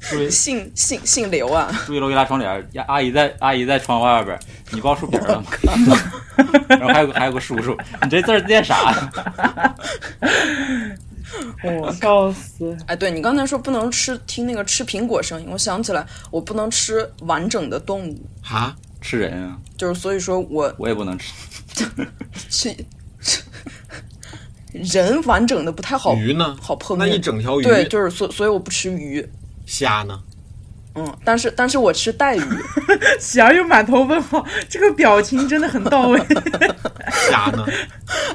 Speaker 2: 睡
Speaker 3: 姓姓姓刘啊，
Speaker 2: 住一楼一拉窗帘儿，呀阿姨在阿姨在窗外边儿，你报树皮儿了吗？然后还有个还有个叔叔，你这字儿念啥呀？
Speaker 1: 我笑死！
Speaker 3: 哎，对你刚才说不能吃听那个吃苹果声音，我想起来我不能吃完整的动物，
Speaker 4: 哈，
Speaker 2: 吃人啊，
Speaker 3: 就是所以说我
Speaker 2: 我也不能吃。
Speaker 3: 吃 人完整的不太好
Speaker 4: 鱼呢？
Speaker 3: 好碰
Speaker 4: 那
Speaker 3: 哦面。
Speaker 4: 一整条鱼，
Speaker 3: 对，就是所所以我不吃鱼，
Speaker 4: 虾呢？
Speaker 3: 嗯，但是但是我吃带鱼，
Speaker 1: 喜儿又满头问号，这个表情真的很到位。
Speaker 4: 虾呢？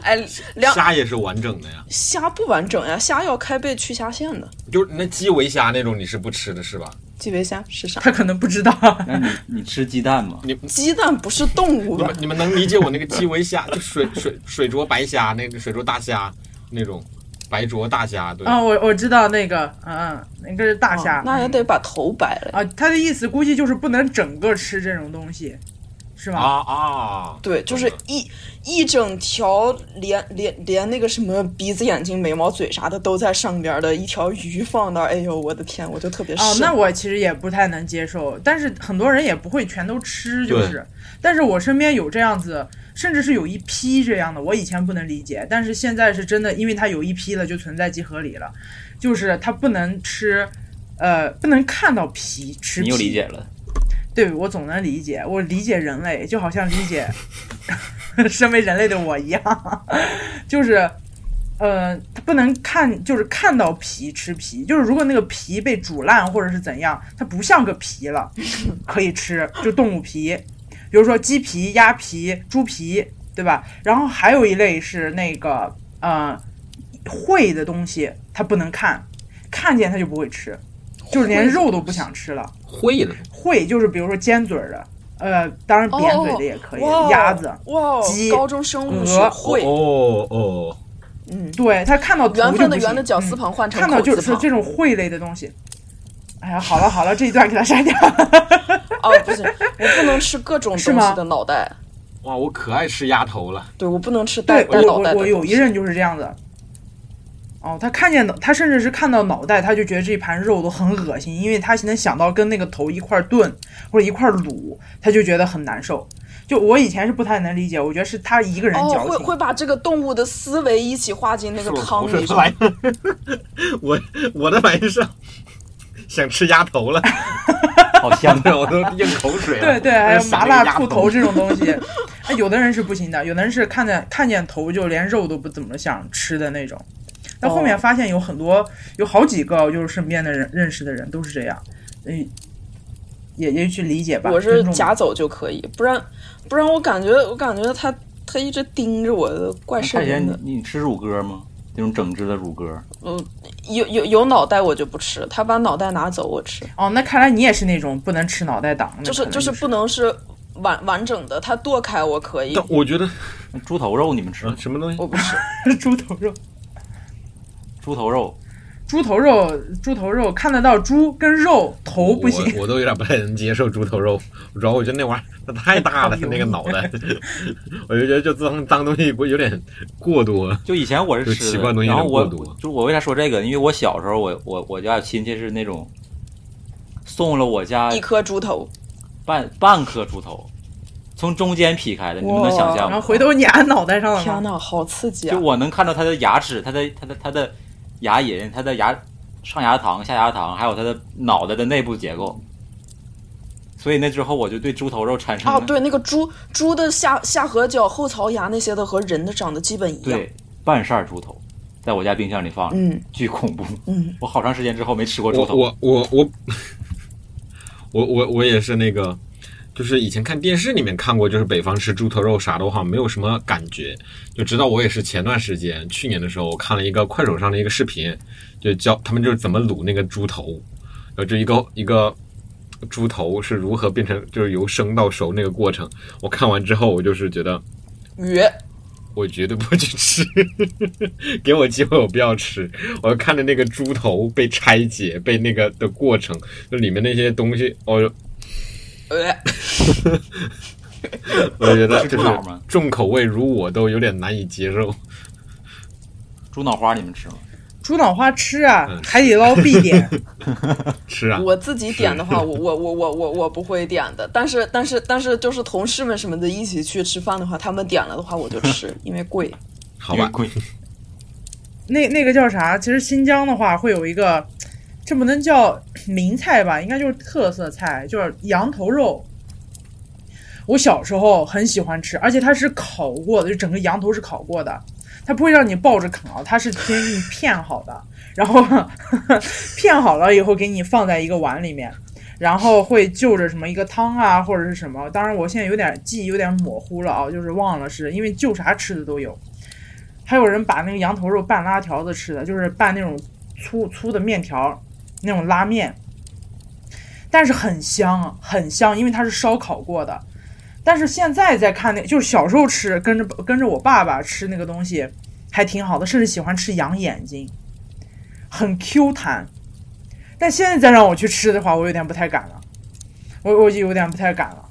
Speaker 3: 哎，两
Speaker 4: 虾也是完整的 呀。
Speaker 3: 虾不完整呀，虾要开背去虾线的。
Speaker 4: 就是那鸡尾虾那种你是不吃的是吧？
Speaker 3: 基围虾是啥？
Speaker 1: 他可能不知道，
Speaker 2: 那你你吃鸡蛋吗？
Speaker 4: 你
Speaker 3: 鸡蛋不是动物
Speaker 4: 你
Speaker 3: 吧
Speaker 4: 们？你们能理解我那个基围虾， 就水水水灼白虾，那个水灼大虾那种白灼大虾，对，
Speaker 1: 啊，我我知道那个，嗯，那个是大虾。
Speaker 3: 啊那也得把头摆了。
Speaker 1: 啊，他的意思估计就是不能整个吃这种东西，是吗？
Speaker 4: 啊啊，
Speaker 3: 对，就是一一整条连连连那个什么鼻子、眼睛、眉毛、嘴啥的都在上边的一条鱼放那儿，哎呦我的天，我就特别
Speaker 1: 哦，
Speaker 3: 瘆。
Speaker 1: 那我其实也不太能接受，但是很多人也不会全都吃，就
Speaker 4: 对
Speaker 1: 是。但是我身边有这样子，甚至是有一批这样的，我以前不能理解，但是现在是真的，因为它有一批了，就存在即合理了，就是它不能吃。呃，不能看到皮吃
Speaker 2: 你
Speaker 1: 皮。
Speaker 2: 又理解了。
Speaker 1: 对我总能理解，我理解人类，就好像理解身为人类的我一样，就是，呃，他不能看，就是看到皮吃皮，就是如果那个皮被煮烂或者是怎样，它不像个皮了，可以吃，就动物皮，比如说鸡皮、鸭皮、猪皮，对吧？然后还有一类是那个呃会的东西，它不能看，看见它就不会吃，就是连肉都不想吃了。
Speaker 4: 会的，
Speaker 1: 烩就是比如说尖嘴儿的，呃，当然扁嘴的也可以，
Speaker 3: 哇哦，
Speaker 1: 鸭子。
Speaker 3: 哇哦，
Speaker 1: 鸡
Speaker 3: 高中生物学
Speaker 1: 鹅
Speaker 3: 会，
Speaker 4: 哦哦，
Speaker 3: 嗯，
Speaker 1: 对他看到头
Speaker 3: 缘
Speaker 1: 就
Speaker 3: 分
Speaker 1: 不
Speaker 3: 的
Speaker 1: 行
Speaker 3: 缘的绞丝
Speaker 1: 嗯
Speaker 3: 旁换成
Speaker 1: 看到
Speaker 3: 口
Speaker 1: 就
Speaker 3: 字
Speaker 1: 是
Speaker 3: 旁，
Speaker 1: 这种烩类的东西。哎呀，好了好了，这一段给它删掉。
Speaker 3: 哦，不是，我不能吃各种
Speaker 1: 是
Speaker 3: 东
Speaker 1: 吗
Speaker 3: 西的脑袋，
Speaker 4: 哇，我可爱吃鸭头了，
Speaker 3: 对我不能吃 带
Speaker 1: 对
Speaker 3: 带
Speaker 1: 我
Speaker 3: 脑袋
Speaker 1: 我
Speaker 3: 的
Speaker 1: 我有
Speaker 3: 东
Speaker 1: 一
Speaker 3: 西。
Speaker 1: 任就是这样子。哦，他看见的，他甚至是看到脑袋，他就觉得这盘肉都很恶心，因为他能想到跟那个头一块儿炖或者一块儿卤，他就觉得很难受。就我以前是不太能理解，我觉得是他一个人
Speaker 3: 哦，
Speaker 1: 矫
Speaker 3: 会
Speaker 1: 情。
Speaker 3: 会把这个动物的思维一起化进那
Speaker 4: 是
Speaker 3: 个
Speaker 4: 我
Speaker 3: 汤
Speaker 4: 不是
Speaker 3: 里
Speaker 4: 他
Speaker 3: 是吧，
Speaker 4: 玩意儿， 我我的反应是想吃鸭头了，
Speaker 2: 好香
Speaker 4: 对， 我都咽口水
Speaker 1: 对
Speaker 4: 了。
Speaker 1: 对，还有
Speaker 4: 想
Speaker 1: 麻
Speaker 4: 那个
Speaker 1: 辣
Speaker 4: 鸭
Speaker 1: 兔头
Speaker 4: 头
Speaker 1: 这种东 西，哎，有的人是不行的，有的人是看见看见头就连肉都不怎么想吃的那种。但后面
Speaker 3: 哦
Speaker 1: 发现有很多，有好几个就是身边的人认识的人都是这样，嗯，也也去理解吧。
Speaker 3: 我是
Speaker 1: 尊重
Speaker 3: 夹走就可以，不然不然我感觉我感觉他他一直盯着我，怪瘆
Speaker 2: 太
Speaker 3: 人
Speaker 2: 贤
Speaker 3: 的。，
Speaker 2: 你你吃乳鸽吗？那种整只的乳鸽，
Speaker 3: 嗯，有有有脑袋我就不吃，他把脑袋拿走我吃，
Speaker 1: 哦，那看来你也是那种不能吃脑袋党，那
Speaker 3: 就是
Speaker 1: 可能
Speaker 3: 就
Speaker 1: 就是
Speaker 3: 不能是完完整的，他剁开我可以
Speaker 4: 但，我觉得
Speaker 2: 那猪头肉你们吃吗
Speaker 4: 嗯？什么东西
Speaker 3: 我不吃。
Speaker 1: 是猪头肉，
Speaker 2: 猪头肉，
Speaker 1: 猪头肉，猪头肉看得到猪跟肉头不行，
Speaker 4: 我，我都有点不太能接受猪头肉，主要我觉得那玩意儿它太大 了，
Speaker 1: 太油腻
Speaker 4: 那个脑袋， 我就觉得就脏脏东西不有点过多。
Speaker 2: 就以前我是
Speaker 4: 就
Speaker 2: 吃
Speaker 4: 习惯
Speaker 2: 的，
Speaker 4: 东西
Speaker 2: 然后
Speaker 4: 有
Speaker 2: 我
Speaker 4: 点过多
Speaker 2: 就我为啥说这个？因为我小时候我，我我家亲戚是那种送了我家
Speaker 3: 一颗猪头，
Speaker 2: 半半颗猪头，从中间劈开的，你们能想象
Speaker 1: 然后
Speaker 2: 吗？
Speaker 1: 回头你按脑袋上了
Speaker 3: 天
Speaker 1: 吗？
Speaker 3: 呐，好刺激啊
Speaker 2: 就！我能看到他的牙齿，他的他的他的牙龈，他的牙上牙膛、下牙膛，还有他的脑袋的内部结构。所以那之后，我就对猪头肉产生
Speaker 3: 啊，
Speaker 2: 了
Speaker 3: 对，那个猪猪的下下颌角、后槽牙那些的和人的长得基本一样。
Speaker 2: 对半扇儿猪头，在我家冰箱里放着，
Speaker 3: 嗯
Speaker 2: 巨恐怖。
Speaker 3: 嗯，
Speaker 2: 我好长时间之后没吃过猪
Speaker 4: 我
Speaker 2: 头，
Speaker 4: 我我我我我我也是那个，就是以前看电视里面看过，就是北方吃猪头肉啥的，我好像没有什么感觉。就直到我也是前段时间，去年的时候，我看了一个快手上的一个视频，就教他们就是怎么卤那个猪头，然后就一个一个。猪头是如何变成就是由生到熟那个过程？我看完之后，我就是觉得
Speaker 3: 鱼
Speaker 4: 我绝对不会去吃， 给我机会我不要吃。我看着那个猪头被拆解，被那个的过程，就里面那些东西，我就
Speaker 3: 呃，
Speaker 4: 我就觉得
Speaker 2: 是
Speaker 4: 就
Speaker 2: 猪脑吗
Speaker 4: 是重口味如我都有点难以接受。
Speaker 2: 猪脑花你们吃吗？
Speaker 1: 猪脑花吃啊
Speaker 4: 嗯，
Speaker 1: 海底捞必点。
Speaker 4: 吃啊，
Speaker 3: 我自己点的话，我我我我我我不会点的。但是但是但是，就是同事们什么的一起去吃饭的话，他们点了的话我就吃，因为贵。
Speaker 4: 好
Speaker 2: 因为
Speaker 4: 吧，
Speaker 2: 贵，
Speaker 1: 那那个叫啥？其实新疆的话会有一个，这不能叫名菜吧，应该就是特色菜，就是羊头肉。我小时候很喜欢吃，而且它是烤过的，就整个羊头是烤过的，它不会让你抱着烤，它是先给你片好的，然后 片好了以后给你放在一个碗里面，然后会就着什么一个汤啊或者是什么，当然我现在有点记忆有点模糊了啊，就是忘了是因为就啥吃的都有。还有人把那个羊头肉拌拉条子吃的，就是拌那种粗粗的面条，那种拉面，但是很香啊，很香，因为它是烧烤过的。但是现在在看那，就是小时候吃，跟着跟着我爸爸吃那个东西，还挺好的，甚至喜欢吃羊眼睛，很 Q 弹。但现在再让我去吃的话，我有点不太敢了，我我就有点不太敢了。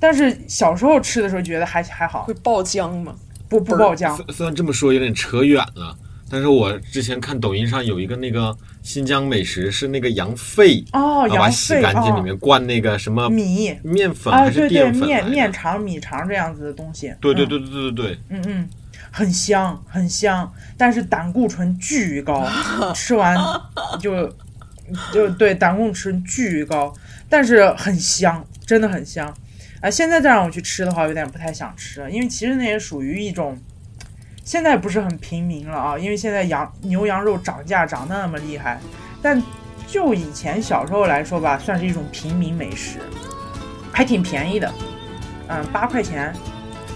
Speaker 1: 但是小时候吃的时候觉得还还好
Speaker 3: 会，爆浆吗？
Speaker 1: 不不爆浆。
Speaker 4: 虽虽然这么说有点扯远了，但是我之前看抖音上有一个那个新疆美食是那个羊肺，
Speaker 1: 哦，
Speaker 4: 然啊后把
Speaker 1: 羊
Speaker 4: 它洗
Speaker 1: 肺
Speaker 4: 干净，里
Speaker 1: 哦，
Speaker 4: 面灌那个什么
Speaker 1: 米
Speaker 4: 面粉
Speaker 1: 啊，
Speaker 4: 还是
Speaker 1: 对对，
Speaker 4: 淀粉来
Speaker 1: 面
Speaker 4: 的
Speaker 1: 面肠、米肠这样子的东西。
Speaker 4: 对对对对对对对，
Speaker 1: 嗯，嗯嗯，很香很香，但是胆固醇巨高，吃完就就对胆固醇巨高，但是很香，真的很香。啊，现在再让我去吃的话，有点不太想吃了，因为其实那也属于一种，现在不是很平民了啊，因为现在羊牛羊肉涨价涨那么厉害，但就以前小时候来说吧，算是一种平民美食，还挺便宜的，嗯，八块钱，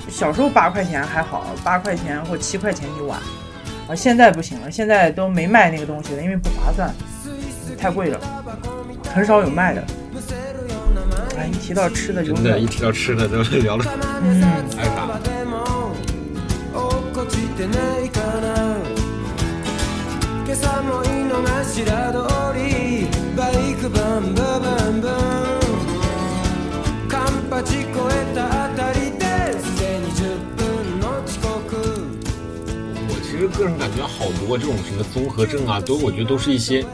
Speaker 1: 小时候八块钱还好，八块钱或七块钱一碗，啊，现在不行了，现在都没卖那个东西了，因为不划算，嗯太贵了，很少有卖的。哎，一提到吃的就
Speaker 4: 真的，一提到吃的都聊了
Speaker 1: 嗯，
Speaker 4: 挨打。
Speaker 5: 今朝も井の頭通りバイクブンブブンブンカンパチ越えたあたりですでに10分の遅刻
Speaker 4: 我其实个人感觉好多这种什么综合症啊，都我觉得都是一些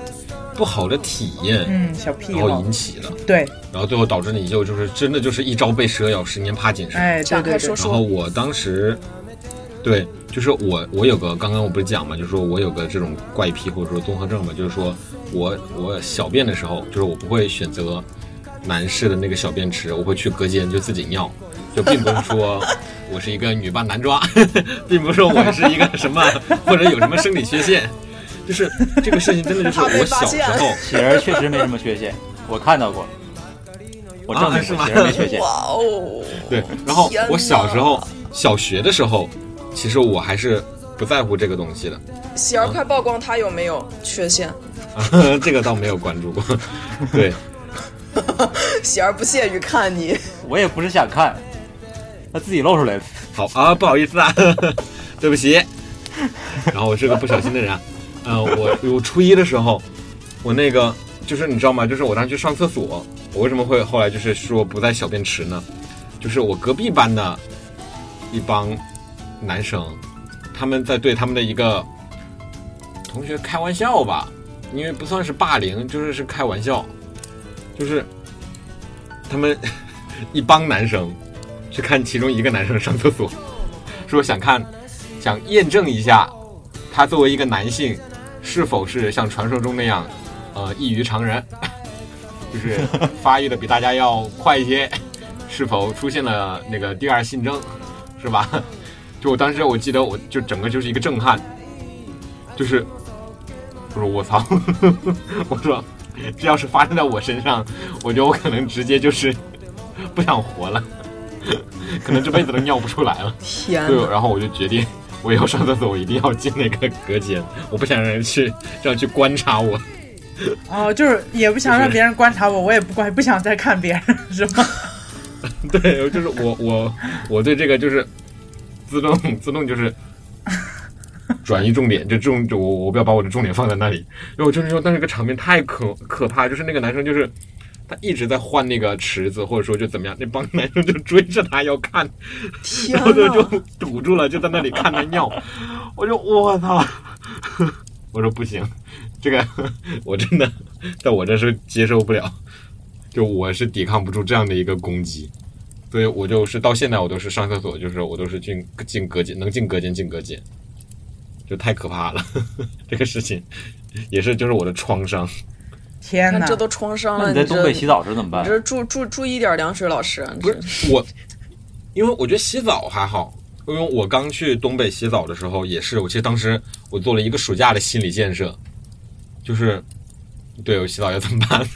Speaker 4: 不好的体验，
Speaker 1: 嗯，小癖
Speaker 4: 然后
Speaker 1: 好
Speaker 4: 引，起的，
Speaker 1: 对，
Speaker 4: 然后最后导致你就就是真的就是一朝被蛇咬，十年怕井绳。
Speaker 1: 哎，对
Speaker 3: 展
Speaker 1: 对
Speaker 3: 开说
Speaker 1: 对，
Speaker 4: 然后
Speaker 3: 说，
Speaker 4: 我当时，对，就是我我有个刚刚我不是讲嘛，就是说我有个这种怪癖或者说综合症嘛，就是说我我小便的时候，就是我不会选择男士的那个小便池，我会去隔间就自己尿，就并不是说我是一个女扮男装， 并不是说我是一个什么 或者有什么生理缺陷。就是这个事情，真的就是
Speaker 3: 怕被
Speaker 4: 我小
Speaker 3: 发
Speaker 4: 时
Speaker 3: 现
Speaker 4: 候，
Speaker 2: 喜儿确实没什么缺陷，我看到过，我证
Speaker 4: 啊
Speaker 2: 明
Speaker 4: 是
Speaker 2: 过
Speaker 4: 吗
Speaker 2: 喜儿没 缺陷。
Speaker 3: 哇哦，
Speaker 4: 对，然后
Speaker 3: 天
Speaker 4: 我小时
Speaker 3: 哪
Speaker 4: 候小学的时候，其实我还是不在乎这个东西的，
Speaker 3: 喜儿快曝光他有没有缺陷，
Speaker 4: 这个倒没有关注过。 对，
Speaker 3: 喜儿不屑于看你，
Speaker 2: 我也不是想看，他自己露出来了。
Speaker 4: 好啊，不好意思啊， 对不起。然后我是个不小心的人啊，嗯、我我初一的时候，我那个就是你知道吗？就是我当时去上厕所，我为什么会后来就是说不在小便池呢？就是我隔壁班的一帮男生，他们在对他们的一个同学开玩笑吧，因为不算是霸凌，就是是开玩笑，就是他们 一帮男生去看其中一个男生上厕所， 说想看，想验证一下他作为一个男性是否是像传说中那样，呃，异于常人， 就是发育的比大家要快一些， 是否出现了那个第二性征，是吧？ 就我当时我记得我就整个就是一个震撼，就是我说我操， 我说这要是发生在我身上，我觉得我可能直接就是不想活了。可能这辈子都尿不出来了。
Speaker 3: 天
Speaker 4: 对，
Speaker 3: 哪，
Speaker 4: 然后我就决定，我以后上厕所我一定要进那个隔间，我不想让人去这样去观察我。
Speaker 1: 哦，就是也不想让别人观察我，我也不观，不想再看别人，是 吗？
Speaker 4: 对，就是我我我对这个就是自动自动就是转移重点，就重就我我不要把我的重点放在那里，因为我就是说，但是这个场面太可可怕，就是那个男生就是。他一直在换那个池子，或者说就怎么样，那帮男生就追着他要看，
Speaker 3: 天
Speaker 4: 然 后就
Speaker 3: 哪，
Speaker 4: 就堵住了，就在那里看他尿。我就我操！ 我说不行，这个我真的在我这是接受不了，就我是抵抗不住这样的一个攻击，所以我就是到现在我都是上厕所，就是我都是进进隔间，能进隔间进隔间，就太可怕了。 这个事情也是就是我的创伤。
Speaker 1: 天
Speaker 3: 看
Speaker 1: 哪！
Speaker 3: 这都创伤
Speaker 2: 那
Speaker 3: 了，
Speaker 2: 你
Speaker 3: 你
Speaker 2: 在
Speaker 3: 这
Speaker 2: 东北洗澡时怎么办
Speaker 3: 你？这注注注意点，凉水老师，啊你
Speaker 4: 不
Speaker 3: 这
Speaker 4: 是我，因为我觉得洗澡还好，因为我刚去东北洗澡的时候也是，我记得当时我做了一个暑假的心理建设，就是对我洗澡要怎么办？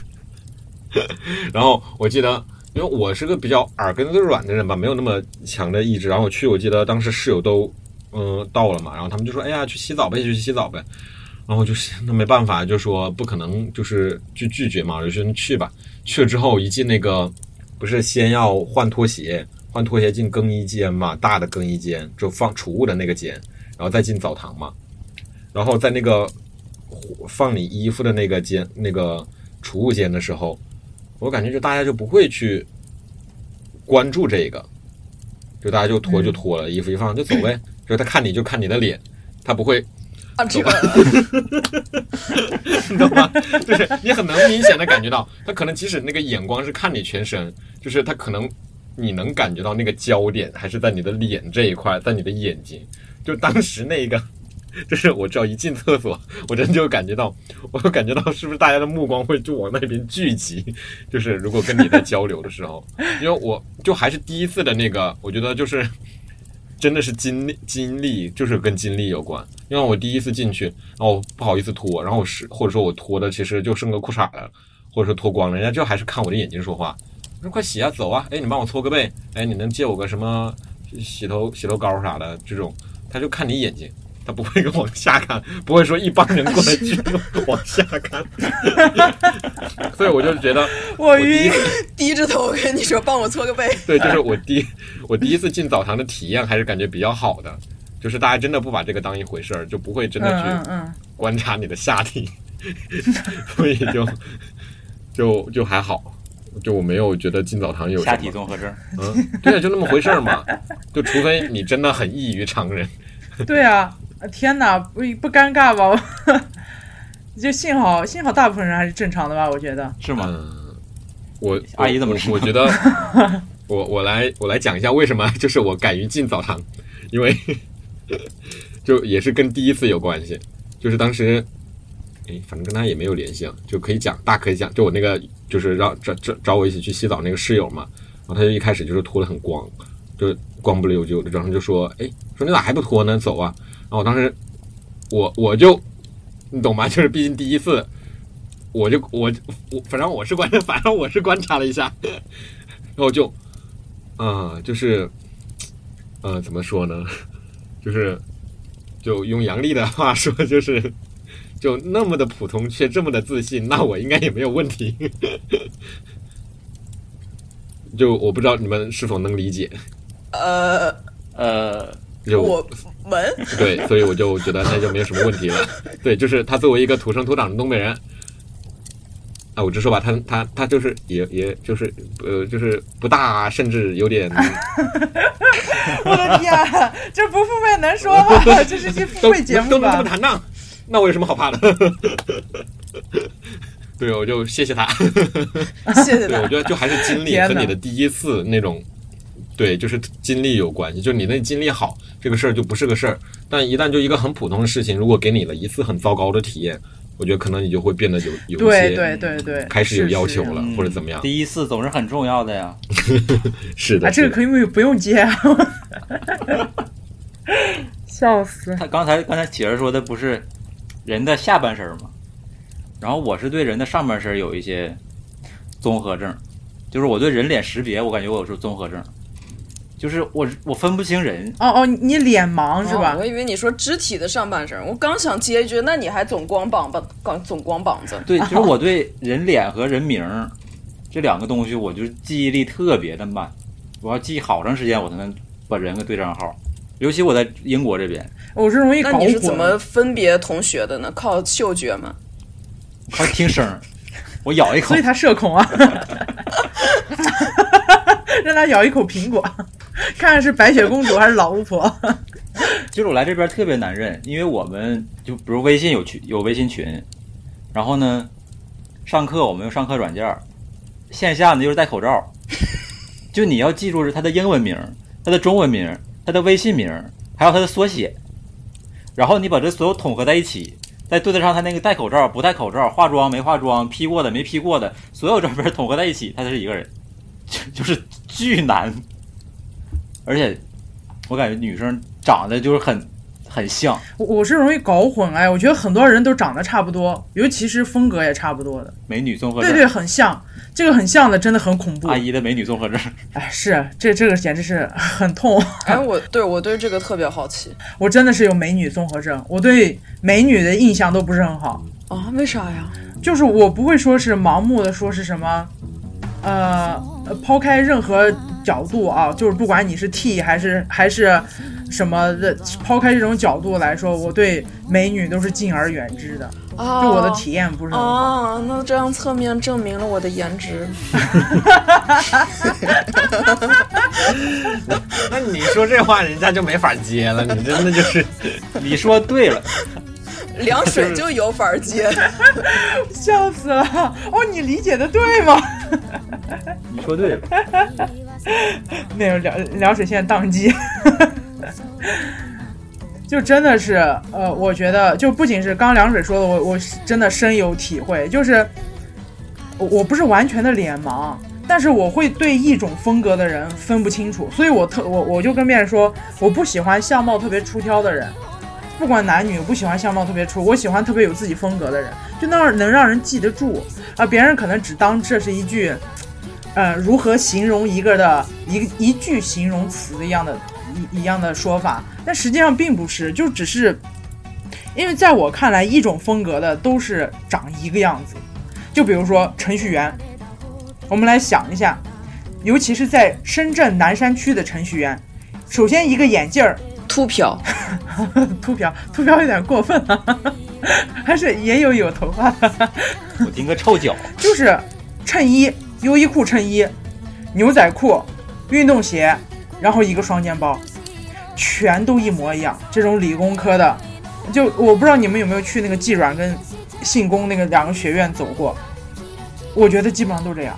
Speaker 4: 然后我记得，因为我是个比较耳根子软的人吧，没有那么强的意志。然后我去，我记得当时室友都嗯到了嘛，然后他们就说：“哎呀，去洗澡呗，就去洗澡呗。”然后我就是那没办法，就说不可能，就是拒拒绝嘛，我就说去吧。去了之后，一进那个不是先要换拖鞋，换拖鞋进更衣间嘛，大的更衣间就放储物的那个间，然后再进澡堂嘛，然后在那个放你衣服的那个间那个储物间的时候，我感觉就大家就不会去关注这个，就大家就脱就脱了，衣服一放就走呗，就是他看你就看你的脸，他不会
Speaker 3: 啊这个
Speaker 4: 你懂吗？就是你很能明显的感觉到，他可能即使那个眼光是看你全身，就是他可能你能感觉到那个焦点还是在你的脸这一块，在你的眼睛。就当时那个 就是我只要一进厕所，我真就感觉到，我感觉到是不是大家的目光会就往那边聚集？就是如果跟你在交流的时候，因为我就还是第一次的那个，我觉得就是真的是经历经历，就是跟经历有关。因为我第一次进去，然后哦不好意思脱，然后我是或者说我脱的其实就剩个裤衩了，或者说脱光了，人家就还是看我的眼睛说话。我说快洗啊，走啊！哎，你帮我搓个背，哎，你能借我个什么洗头洗头膏啥的这种，他就看你眼睛，他不会往下看，不会说一帮人过来去往下看， 所以我就觉得
Speaker 1: 我
Speaker 4: 第一
Speaker 1: 晕，
Speaker 4: 次
Speaker 3: 低着头跟你说帮我搓个背，
Speaker 4: 对，就是我第一我第一次进澡堂的体验还是感觉比较好的，就是大家真的不把这个当一回事儿，就不会真
Speaker 1: 嗯
Speaker 4: 的去。
Speaker 1: 嗯嗯，
Speaker 4: 观察你的下体， 所以就就就还好，就我没有觉得进澡堂有什
Speaker 2: 下
Speaker 4: 么
Speaker 2: 体综合症，
Speaker 4: 嗯，对啊，就那么回事儿嘛，就除非你真的很异于常人，
Speaker 1: 对啊，呃天哪，不不尴尬吧？ 就幸好幸好大部分人还是正常的吧，我觉得。
Speaker 2: 是吗？
Speaker 4: 嗯，我
Speaker 2: 阿姨怎么
Speaker 4: 我
Speaker 2: 知道
Speaker 4: 我觉得我我来我来讲一下为什么就是我敢于进澡堂，因为 就也是跟第一次有关系，就是当时。哎，反正跟他也没有联系啊，就可以讲，大可以讲。就我那个，就是让找找找我一起去洗澡那个室友嘛，然后他就一开始就是脱的很光，就光不溜丢的，然后就说：“哎，说你咋还不脱呢？走啊！”然后我当时，我我就，你懂吗？就是毕竟第一次，我就我我反正我是观， 反正我是观察了一下， 然后就，啊、就是，呃，怎么说呢？ 就是，就用杨笠的话说， 就是，就那么的普通却这么的自信，那我应该也没有问题。 就我不知道你们是否能理解，
Speaker 3: 呃，
Speaker 4: 嗯
Speaker 2: 呃，
Speaker 4: 就
Speaker 3: 我们
Speaker 4: 对，所以我就觉得那就没有什么问题了。对，就是他作为一个土生土长的东北人，啊，我直说吧，他他他就是也也就是呃就是不大，甚至有点
Speaker 1: 哎我的天，这不付费能说 吗？这是期付
Speaker 4: 都
Speaker 1: 费节
Speaker 4: 都
Speaker 1: 目
Speaker 4: 能这
Speaker 1: 吧
Speaker 4: 么？坦荡，那我有什么好怕的？ 对，我就谢谢他。
Speaker 3: 谢谢
Speaker 4: 对，我
Speaker 3: 他。
Speaker 4: 觉得就还是经历
Speaker 1: 天
Speaker 4: 和
Speaker 1: 哪
Speaker 4: 你的第一次那种，对，就是经历有关系。就你那经历好，这个事儿就不是个事儿。但一旦就一个很普通的事情，如果给你了一次很糟糕的体验，我觉得可能你就会变得有有一
Speaker 1: 对
Speaker 4: 些
Speaker 1: 对对对，
Speaker 4: 开始有要求
Speaker 1: 是
Speaker 4: 了，
Speaker 2: 嗯
Speaker 4: 或者怎么样。
Speaker 2: 第一次总是很重要的呀。
Speaker 4: 是
Speaker 1: 是啊，
Speaker 4: 的，
Speaker 1: 这个
Speaker 4: 是的
Speaker 1: 可以不用接啊， 笑死！
Speaker 2: 他刚才刚才铁儿说的不是人的下半身吗？然后我是对人的上半身有一些综合症，就是我对人脸识别，我感觉我有时候综合症，就是我我分不清人，
Speaker 1: 哦哦，你你脸盲是吧
Speaker 3: 哦？我以为你说肢体的上半身，我刚想接一句，那你还总光膀吧，光总光膀子，
Speaker 2: 对，就是我对人脸和人名儿这两个东西，我就是记忆力特别的慢，我要记好长时间我才能把人给对上号，尤其我在英国这边，
Speaker 1: 我是容易
Speaker 3: 那
Speaker 1: 搞
Speaker 3: 你是怎
Speaker 1: 混
Speaker 3: 么分别同学的呢？靠嗅觉吗？
Speaker 2: 我听声儿，我咬一口
Speaker 1: 所以，他社恐啊， 让他咬一口苹果，看看是白雪公主还是老巫婆。
Speaker 2: 就是我来这边特别难认，因为我们就比如微信有群有微信群，然后呢，上课我们用上课软件儿，线下呢就是戴口罩儿，就你要记住是他的英文名儿、他的中文名儿、他的微信名儿，还有他的缩写，然后你把这所有统合在一起，再对得上他那个戴口罩儿、不戴口罩儿、化妆没化妆、P 过的没 P 过的，所有照片儿统合在一起，他才是一个人，就就是巨难，而且我感觉女生长得就是很很像，
Speaker 1: 我我是容易搞混哎，我觉得很多人都长得差不多，尤其是风格也差不多的。
Speaker 2: 美女综合
Speaker 1: 对
Speaker 2: 症，
Speaker 1: 对，很像，这个很像的，真的很恐怖
Speaker 2: 阿。姨的美女综合症，
Speaker 1: 哎，是这这个简直是很痛。
Speaker 3: 哎，我对我对这个特别好奇
Speaker 1: 我真的是有美女综合症，我对美女的印象都不是很好，
Speaker 3: 啊，为啥呀？
Speaker 1: 就是我不会说是盲目的说是什么，呃，呃抛开任何角度啊，就是不管你是 T 还是还是什么的，抛开这种角度来说，我对美女都是敬而远之的，
Speaker 3: 啊，
Speaker 1: 就我的体验不是很好。
Speaker 3: 啊，那这样侧面证明了我的颜值。
Speaker 4: 那你说这话，人家就没法接了。你真的就是，
Speaker 2: 你说对 了，
Speaker 3: 凉水就有法儿接，
Speaker 1: 笑死了！哦，你理解的对吗？
Speaker 2: 你说对了，
Speaker 1: 那个凉凉水线宕机。 就真的是，呃，我觉得就不仅是刚凉水说的，我我是真的深有体会，就是我我不是完全的脸盲，但是我会对一种风格的人分不清楚，所以我特我我就跟别人说，我不喜欢相貌特别出挑的人，不管男女，我不喜欢相貌特别出，我喜欢特别有自己风格的人，就那样能让人记得住啊、别人可能只当这是一句，呃，如何形容一个的一一句形容词一样的一一样的说法，但实际上并不是，就只是因为在我看来，一种风格的都是长一个样子，就比如说程序员，我们来想一下，尤其是在深圳南山区的程序员，首先一个眼镜儿，
Speaker 3: 秃瓢，
Speaker 1: 秃瓢，秃瓢有点过分了、 还是也有有头发的，
Speaker 2: 我钉个臭脚，
Speaker 1: 就是衬衣、优衣库衬衣、牛仔裤、运动鞋，然后一个双肩包，全都一模一样。这种理工科的，就我不知道你们有没有去那个技软跟信工那个两个学院走过，我觉得基本上都这样。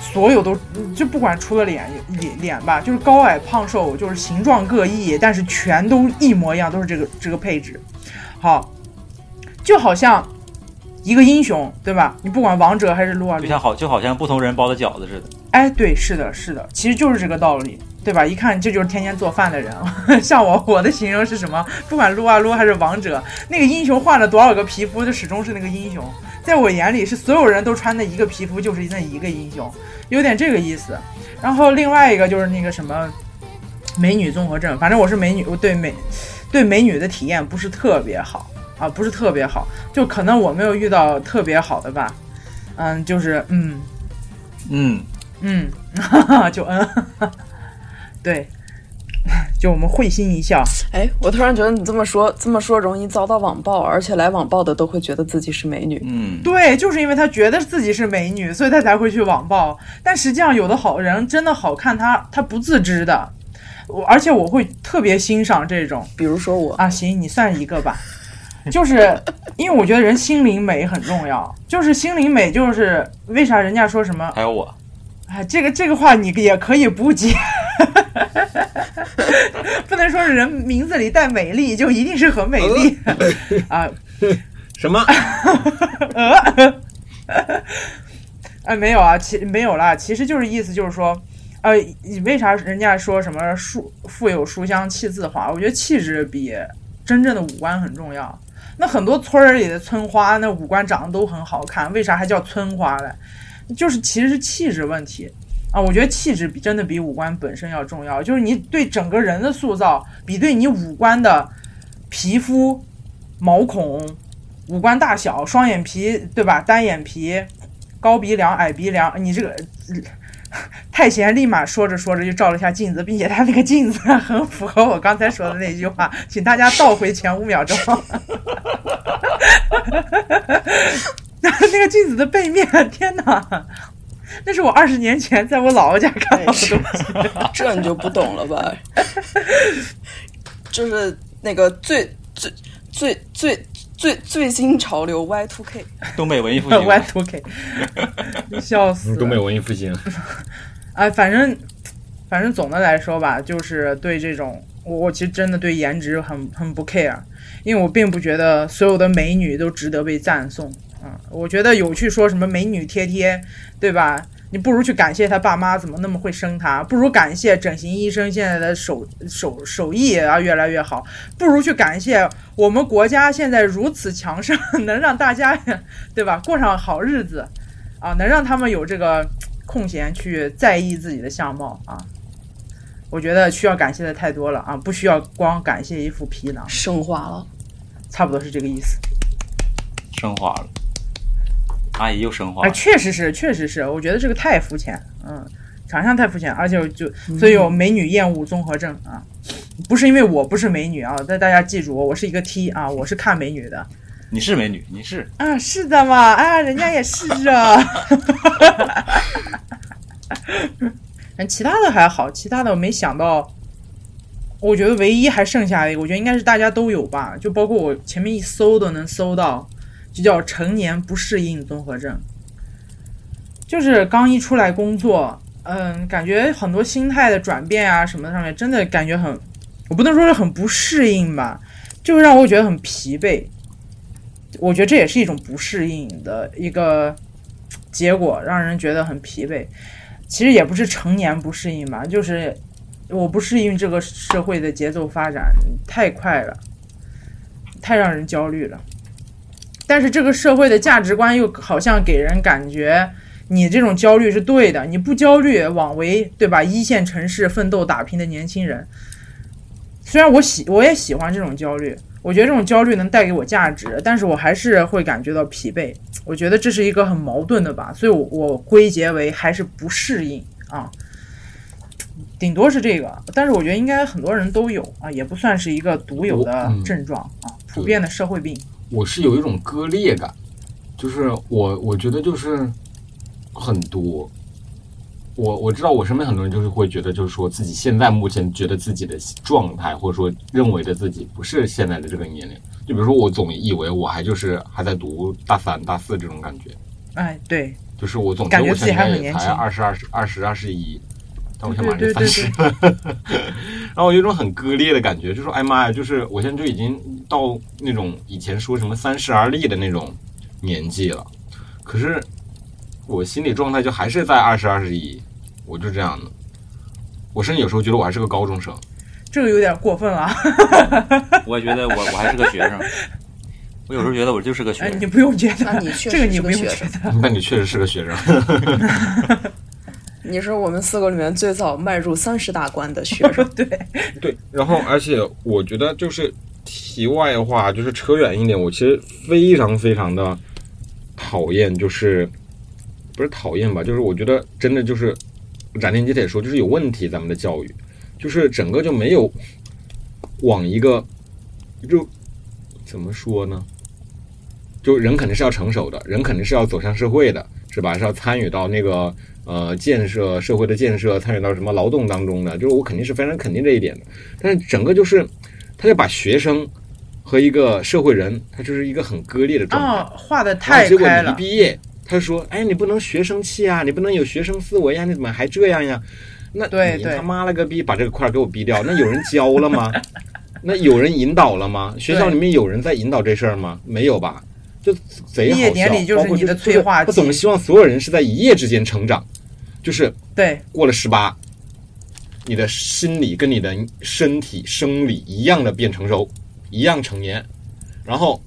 Speaker 1: 所有都就不管除了脸脸脸吧，就是高矮胖瘦，就是形状各异，但是全都一模一样，都是这个这个配置。好，就好像一个英雄，对吧？你不管王者还是撸啊撸
Speaker 2: 就，像好就好像不同人包的饺子似的。
Speaker 1: 哎，对，是的，是的，其实就是这个道理，对吧？一看这就是天天做饭的人。 像我，我的形容是什么？不管撸啊撸还是王者，那个英雄换了多少个皮肤，就始终是那个英雄。在我眼里，是所有人都穿的一个皮肤，就是那一个英雄，有点这个意思。然后另外一个就是那个什么美女综合症，反正我是美女，我对美对美女的体验不是特别好啊，不是特别好，就可能我没有遇到特别好的吧。嗯，就是嗯。
Speaker 2: 嗯，
Speaker 1: 嗯， 就嗯，对，就我们会心一笑。
Speaker 3: 哎，我突然觉得你这么说，这么说容易遭到网暴，而且来网暴的都会觉得自己是美女。
Speaker 2: 嗯，
Speaker 1: 对，就是因为他觉得自己是美女，所以他才会去网暴。但实际上，有的好人真的好看他，他不自知的。我而且我会特别欣赏这种
Speaker 3: 比如说我，
Speaker 1: 啊，行，你算一个吧。就是因为我觉得人心灵美很重要，就是心灵美，就是为啥人家说什么
Speaker 2: 还有我，
Speaker 1: 哎，这个这个话你也可以不接， 不能说是人名字里带美丽就一定是很美丽啊
Speaker 4: 什么？
Speaker 1: 啊没有啊，其没有啦，其实就是意思就是说，呃，你为啥人家说什么书腹有书香气自华？我觉得气质比真正的五官很重要。那很多村儿里的村花，那五官长得都很好看，为啥还叫村花嘞？就是其实是气质问题啊。我觉得气质比真的比五官本身要重要，就是你对整个人的塑造，比对你五官的皮肤、毛孔、五官大小、双眼皮，对吧？单眼皮、高鼻梁、矮鼻梁，你这个。 太贤立马说着说着就照了一下镜子，并且他那个镜子很符合我刚才说的那句话，请大家倒回前五秒钟。那个镜子的背面，天哪！那是我二十年前在我姥姥家看到的东西。
Speaker 3: 这你就不懂了吧？ 就是那个最最最最最最新潮流 Y two K，
Speaker 2: 东北文艺 复兴，
Speaker 1: Y two K，笑死！
Speaker 4: 东北文艺复兴，
Speaker 1: 哎，反正反正总的来说吧，就是对这种我我其实真的对颜值很很不 care，因为我并不觉得所有的美女都值得被赞颂啊、嗯我觉得有去说什么美女贴贴，对吧？你不如去感谢她爸妈怎么那么会生她，不如感谢整形医生现在的手手手艺啊越来越好，不如去感谢我们国家现在如此强盛， 能让大家对吧过上好日子啊，能让他们有这个空闲去在意自己的相貌啊。我觉得需要感谢的太多了啊，不需要光感谢一副皮囊，
Speaker 3: 升华了。
Speaker 1: 差不多是这个意思。
Speaker 2: 升华了，阿姨又升华
Speaker 1: 哎，
Speaker 2: 了，
Speaker 1: 确实是，确实是，我觉得这个太肤浅，嗯，长相太肤浅，而且我就所以有美女厌恶综合症啊，不是因为我不是美女啊，但大家记住我，我是一个 T 啊，我是看美女的
Speaker 2: 你是美女，你是
Speaker 1: 啊，是的嘛，啊，人家也是啊， 嗯，其他的还好，其他的我没想到。我觉得唯一还剩下一个，我觉得应该是大家都有吧，就包括我前面一搜都能搜到，就叫成年不适应综合症。就是刚一出来工作，嗯，感觉很多心态的转变啊什么的上面，真的感觉很我不能说是很不适应吧，就是让我觉得很疲惫。我觉得这也是一种不适应的一个结果，让人觉得很疲惫。其实也不是成年不适应吧，就是我不适应这个社会的节奏发展太快了，太让人焦虑了。但是这个社会的价值观又好像给人感觉，你这种焦虑是对的，你不焦虑，往为对吧？一线城市奋斗打拼的年轻人，虽然我喜我也喜欢这种焦虑，我觉得这种焦虑能带给我价值，但是我还是会感觉到疲惫。我觉得这是一个很矛盾的吧，所以我我归结为还是不适应啊，顶多是这个，但是我觉得应该很多人都有啊，也不算是一个独有的
Speaker 6: 我嗯
Speaker 1: 症状啊，普遍的社会病。
Speaker 6: 我是有一种割裂感，就是我我觉得就是很多，我我知道我身边很多人就是会觉得，就是说自己现在目前觉得自己的状态，或者说认为的自己不是现在的这个年龄。就比如说，我总以为我还就是还在读大三、大四这种感觉，
Speaker 1: 哎，对，
Speaker 6: 就是我总
Speaker 1: 感觉
Speaker 6: 我
Speaker 1: 自己
Speaker 6: 现
Speaker 1: 还
Speaker 6: 在
Speaker 1: 很
Speaker 6: 也
Speaker 1: 年
Speaker 6: 才
Speaker 1: 轻
Speaker 6: 二十二、二十、二十一，但我现在马上
Speaker 1: 对
Speaker 6: 就
Speaker 1: 对
Speaker 6: 三
Speaker 1: 对
Speaker 6: 十 了，然后我有一种很割裂的感觉，就说哎妈呀，就是我现在就已经到那种以前说什么三十而立的那种年纪了，可是我心理状态就还是在二十、二十一，我就这样的，我甚至有时候觉得我还是个高中生。
Speaker 1: 这个有点过分了啊。
Speaker 2: 我觉得 我我还是个学生，我有时候觉得我就是个学
Speaker 1: 哎，
Speaker 2: 生
Speaker 1: 你。不用觉得，
Speaker 3: 啊那你确实
Speaker 1: 这个你
Speaker 3: 是个
Speaker 1: 不用
Speaker 3: 学
Speaker 1: 觉得，
Speaker 6: 那你确实是个学生，
Speaker 3: 你是我们四个里面最早迈入三十大关的学 生，
Speaker 4: 对，然后而且我觉得就是题外话，就是扯远一点，我其实非常非常的讨厌，就是不是讨厌吧，就是我觉得真的就是斩钉截铁说，就是有问题，咱们的教育就是整个就没有往一个就怎么说呢？就人肯定是要成熟的，人肯定是要走向社会的，是吧？是要参与到那个呃建设社会的建设，参与到什么劳动当中的，就是我肯定是非常肯定这一点的。但是整个就是，他就把学生和一个社会人，他就是一个很割裂的状态。
Speaker 1: 啊，画的
Speaker 4: 然后
Speaker 1: 太
Speaker 4: 结果
Speaker 1: 开
Speaker 4: 你一
Speaker 1: 了，
Speaker 4: 毕业，他说：“哎，你不能学生气啊，你不能有学生思维呀、你怎么还这样呀？”那
Speaker 1: 对
Speaker 4: 你
Speaker 1: 对
Speaker 4: 他妈了个逼，把这个块儿给我逼掉。那有人教 了吗？那有人引导了吗？学校里面有人在引导这事儿吗？没有吧？就贼好笑。
Speaker 1: 毕业典礼就是
Speaker 4: 包括
Speaker 1: 你的
Speaker 4: 就是
Speaker 1: 催化
Speaker 4: 我总
Speaker 1: 剂
Speaker 4: 希望所有人是在一夜之间成长，就是
Speaker 1: 对
Speaker 4: 过了十八，你的心理跟你的身体生理一样的变成熟，一样成年。然后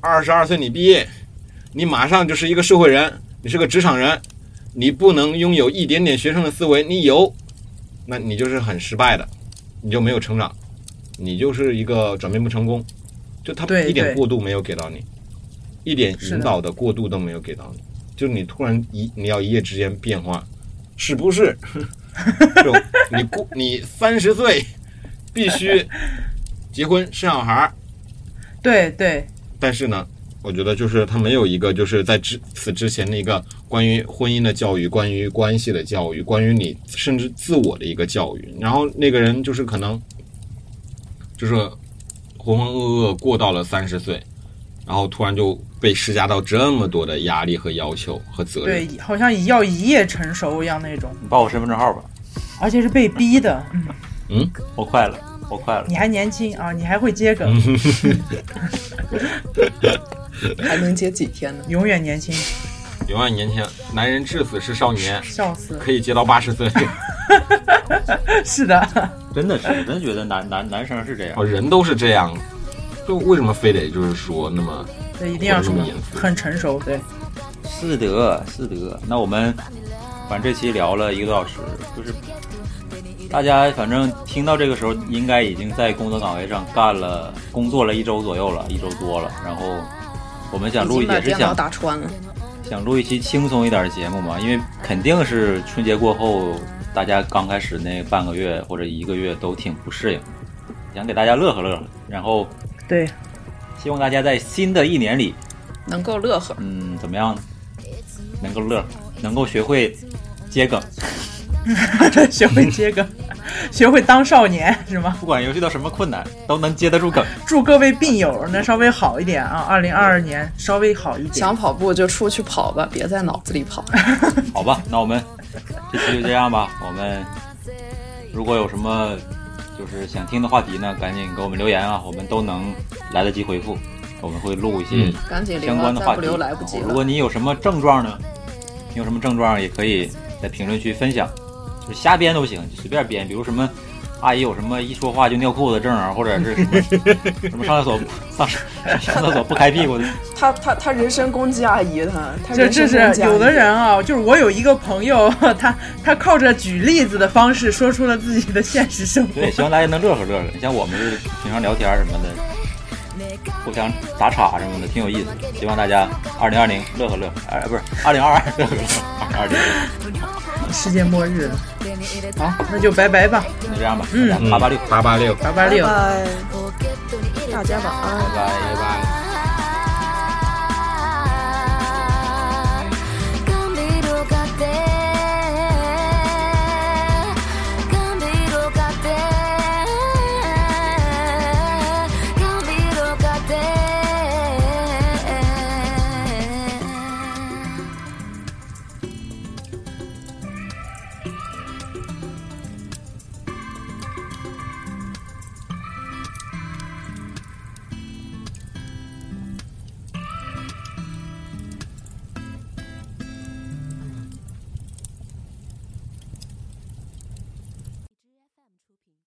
Speaker 4: 二十二岁你毕业，你马上就是一个社会人，你是个职场人，你不能拥有一点点学生的思维，你有，那你就是很失败的，你就没有成长，你就是一个转变不成功，就他
Speaker 1: 对
Speaker 4: 一点
Speaker 1: 对
Speaker 4: 过渡没有给到你，一点
Speaker 1: 是的
Speaker 4: 引导的过渡都没有给到你，就是你突然一你要一夜之间变化，是不是？ 就你过你三十岁必须结婚生小孩儿，
Speaker 1: 对对，
Speaker 4: 但是呢，我觉得就是他没有一个就是在之此之前的一个关于婚姻的教育、关于关系的教育、关于你甚至自我的一个教育。然后那个人就是可能就是浑浑噩噩过到了三十岁，然后突然就被施加到这么多的压力和要求和责任。
Speaker 1: 对，好像要一夜成熟一样那种，
Speaker 2: 你报我身份证号吧，
Speaker 1: 而且是被逼的。嗯
Speaker 2: 我快了，我快了。
Speaker 1: 你还年轻啊，你还会接梗，
Speaker 4: 嗯
Speaker 3: 还能接几天呢？
Speaker 1: 永远年轻，
Speaker 4: 永远年轻，男人至死是少年，
Speaker 1: 笑死。
Speaker 4: 可以接到八十岁。
Speaker 1: 是的，
Speaker 2: 真的是，我真觉得男男男生是这样
Speaker 4: 哦，。人都是这样，就为什么非得就是说那么
Speaker 1: 对，一定要说
Speaker 4: 我这么严肃
Speaker 1: 很成熟，对，
Speaker 2: 是的，是的。那我们反正这期聊了一个多小时，就是大家反正听到这个时候，应该已经在工作岗位上干了工作了一周左右了，一周多了。然后我们 想
Speaker 3: 已
Speaker 2: 录
Speaker 3: 经把
Speaker 2: 也是
Speaker 3: 电脑
Speaker 2: 想
Speaker 3: 打穿了，
Speaker 2: 想录一期轻松一点的节目嘛，因为肯定是春节过后，大家刚开始那半个月或者一个月都挺不适应，想给大家乐呵乐呵。然后
Speaker 1: 对，
Speaker 2: 希望大家在新的一年里，
Speaker 3: 能够乐呵。
Speaker 2: 嗯，怎么样能够乐呵，能够学会接梗。
Speaker 1: 学会接梗， 学会当少年是吗？
Speaker 2: 不管遇到什么困难，都能接得住梗。
Speaker 1: 祝各位病友呢稍微好一点啊，二零二二年稍微好一点
Speaker 3: 想。跑步就出去跑吧，别在脑子里 跑。
Speaker 2: 好吧，那我们这期就这样吧。我们如果有什么就是想听的话题呢，赶紧给我们留言啊，我们都能来得及回复。我们会录一些
Speaker 6: 嗯
Speaker 3: 赶紧留
Speaker 2: 相
Speaker 3: 啊，
Speaker 2: 关的
Speaker 3: 再
Speaker 2: 话
Speaker 3: 不
Speaker 2: 题。
Speaker 3: 留来不及
Speaker 2: 然后如果
Speaker 3: 了。
Speaker 2: 你有什么症状呢，你有什么症状也可以在评论区分享，就是瞎编都行，就随便编。比如什么阿姨有什么一说话就尿裤子症啊，或者是什么什么上厕所上上厕所不开屁股的，
Speaker 3: 他他他人身攻击阿姨，他 他
Speaker 1: 这
Speaker 3: 人
Speaker 1: 这
Speaker 3: 身攻
Speaker 1: 是
Speaker 3: 击阿姨
Speaker 1: 有的人啊，就是我有一个朋友， 他他靠着举例子的方式说出了自己的现实生活。
Speaker 2: 对，希望大家能乐呵乐呵。你像我们就是平常聊天什么的，互相打岔什么的，挺有意思。希望大家二零二零乐呵乐呵，哎，不是二零二二乐呵乐呵，二零二
Speaker 1: 世界末日了，好，那就拜拜吧，
Speaker 2: 零，那这样吧，大家八八六，
Speaker 4: 嗯八八六。
Speaker 1: 八八
Speaker 3: 拜
Speaker 1: 六。
Speaker 3: 拜，
Speaker 7: ポケットに入れ
Speaker 3: 大家晚安。
Speaker 2: 拜拜。
Speaker 4: 拜拜。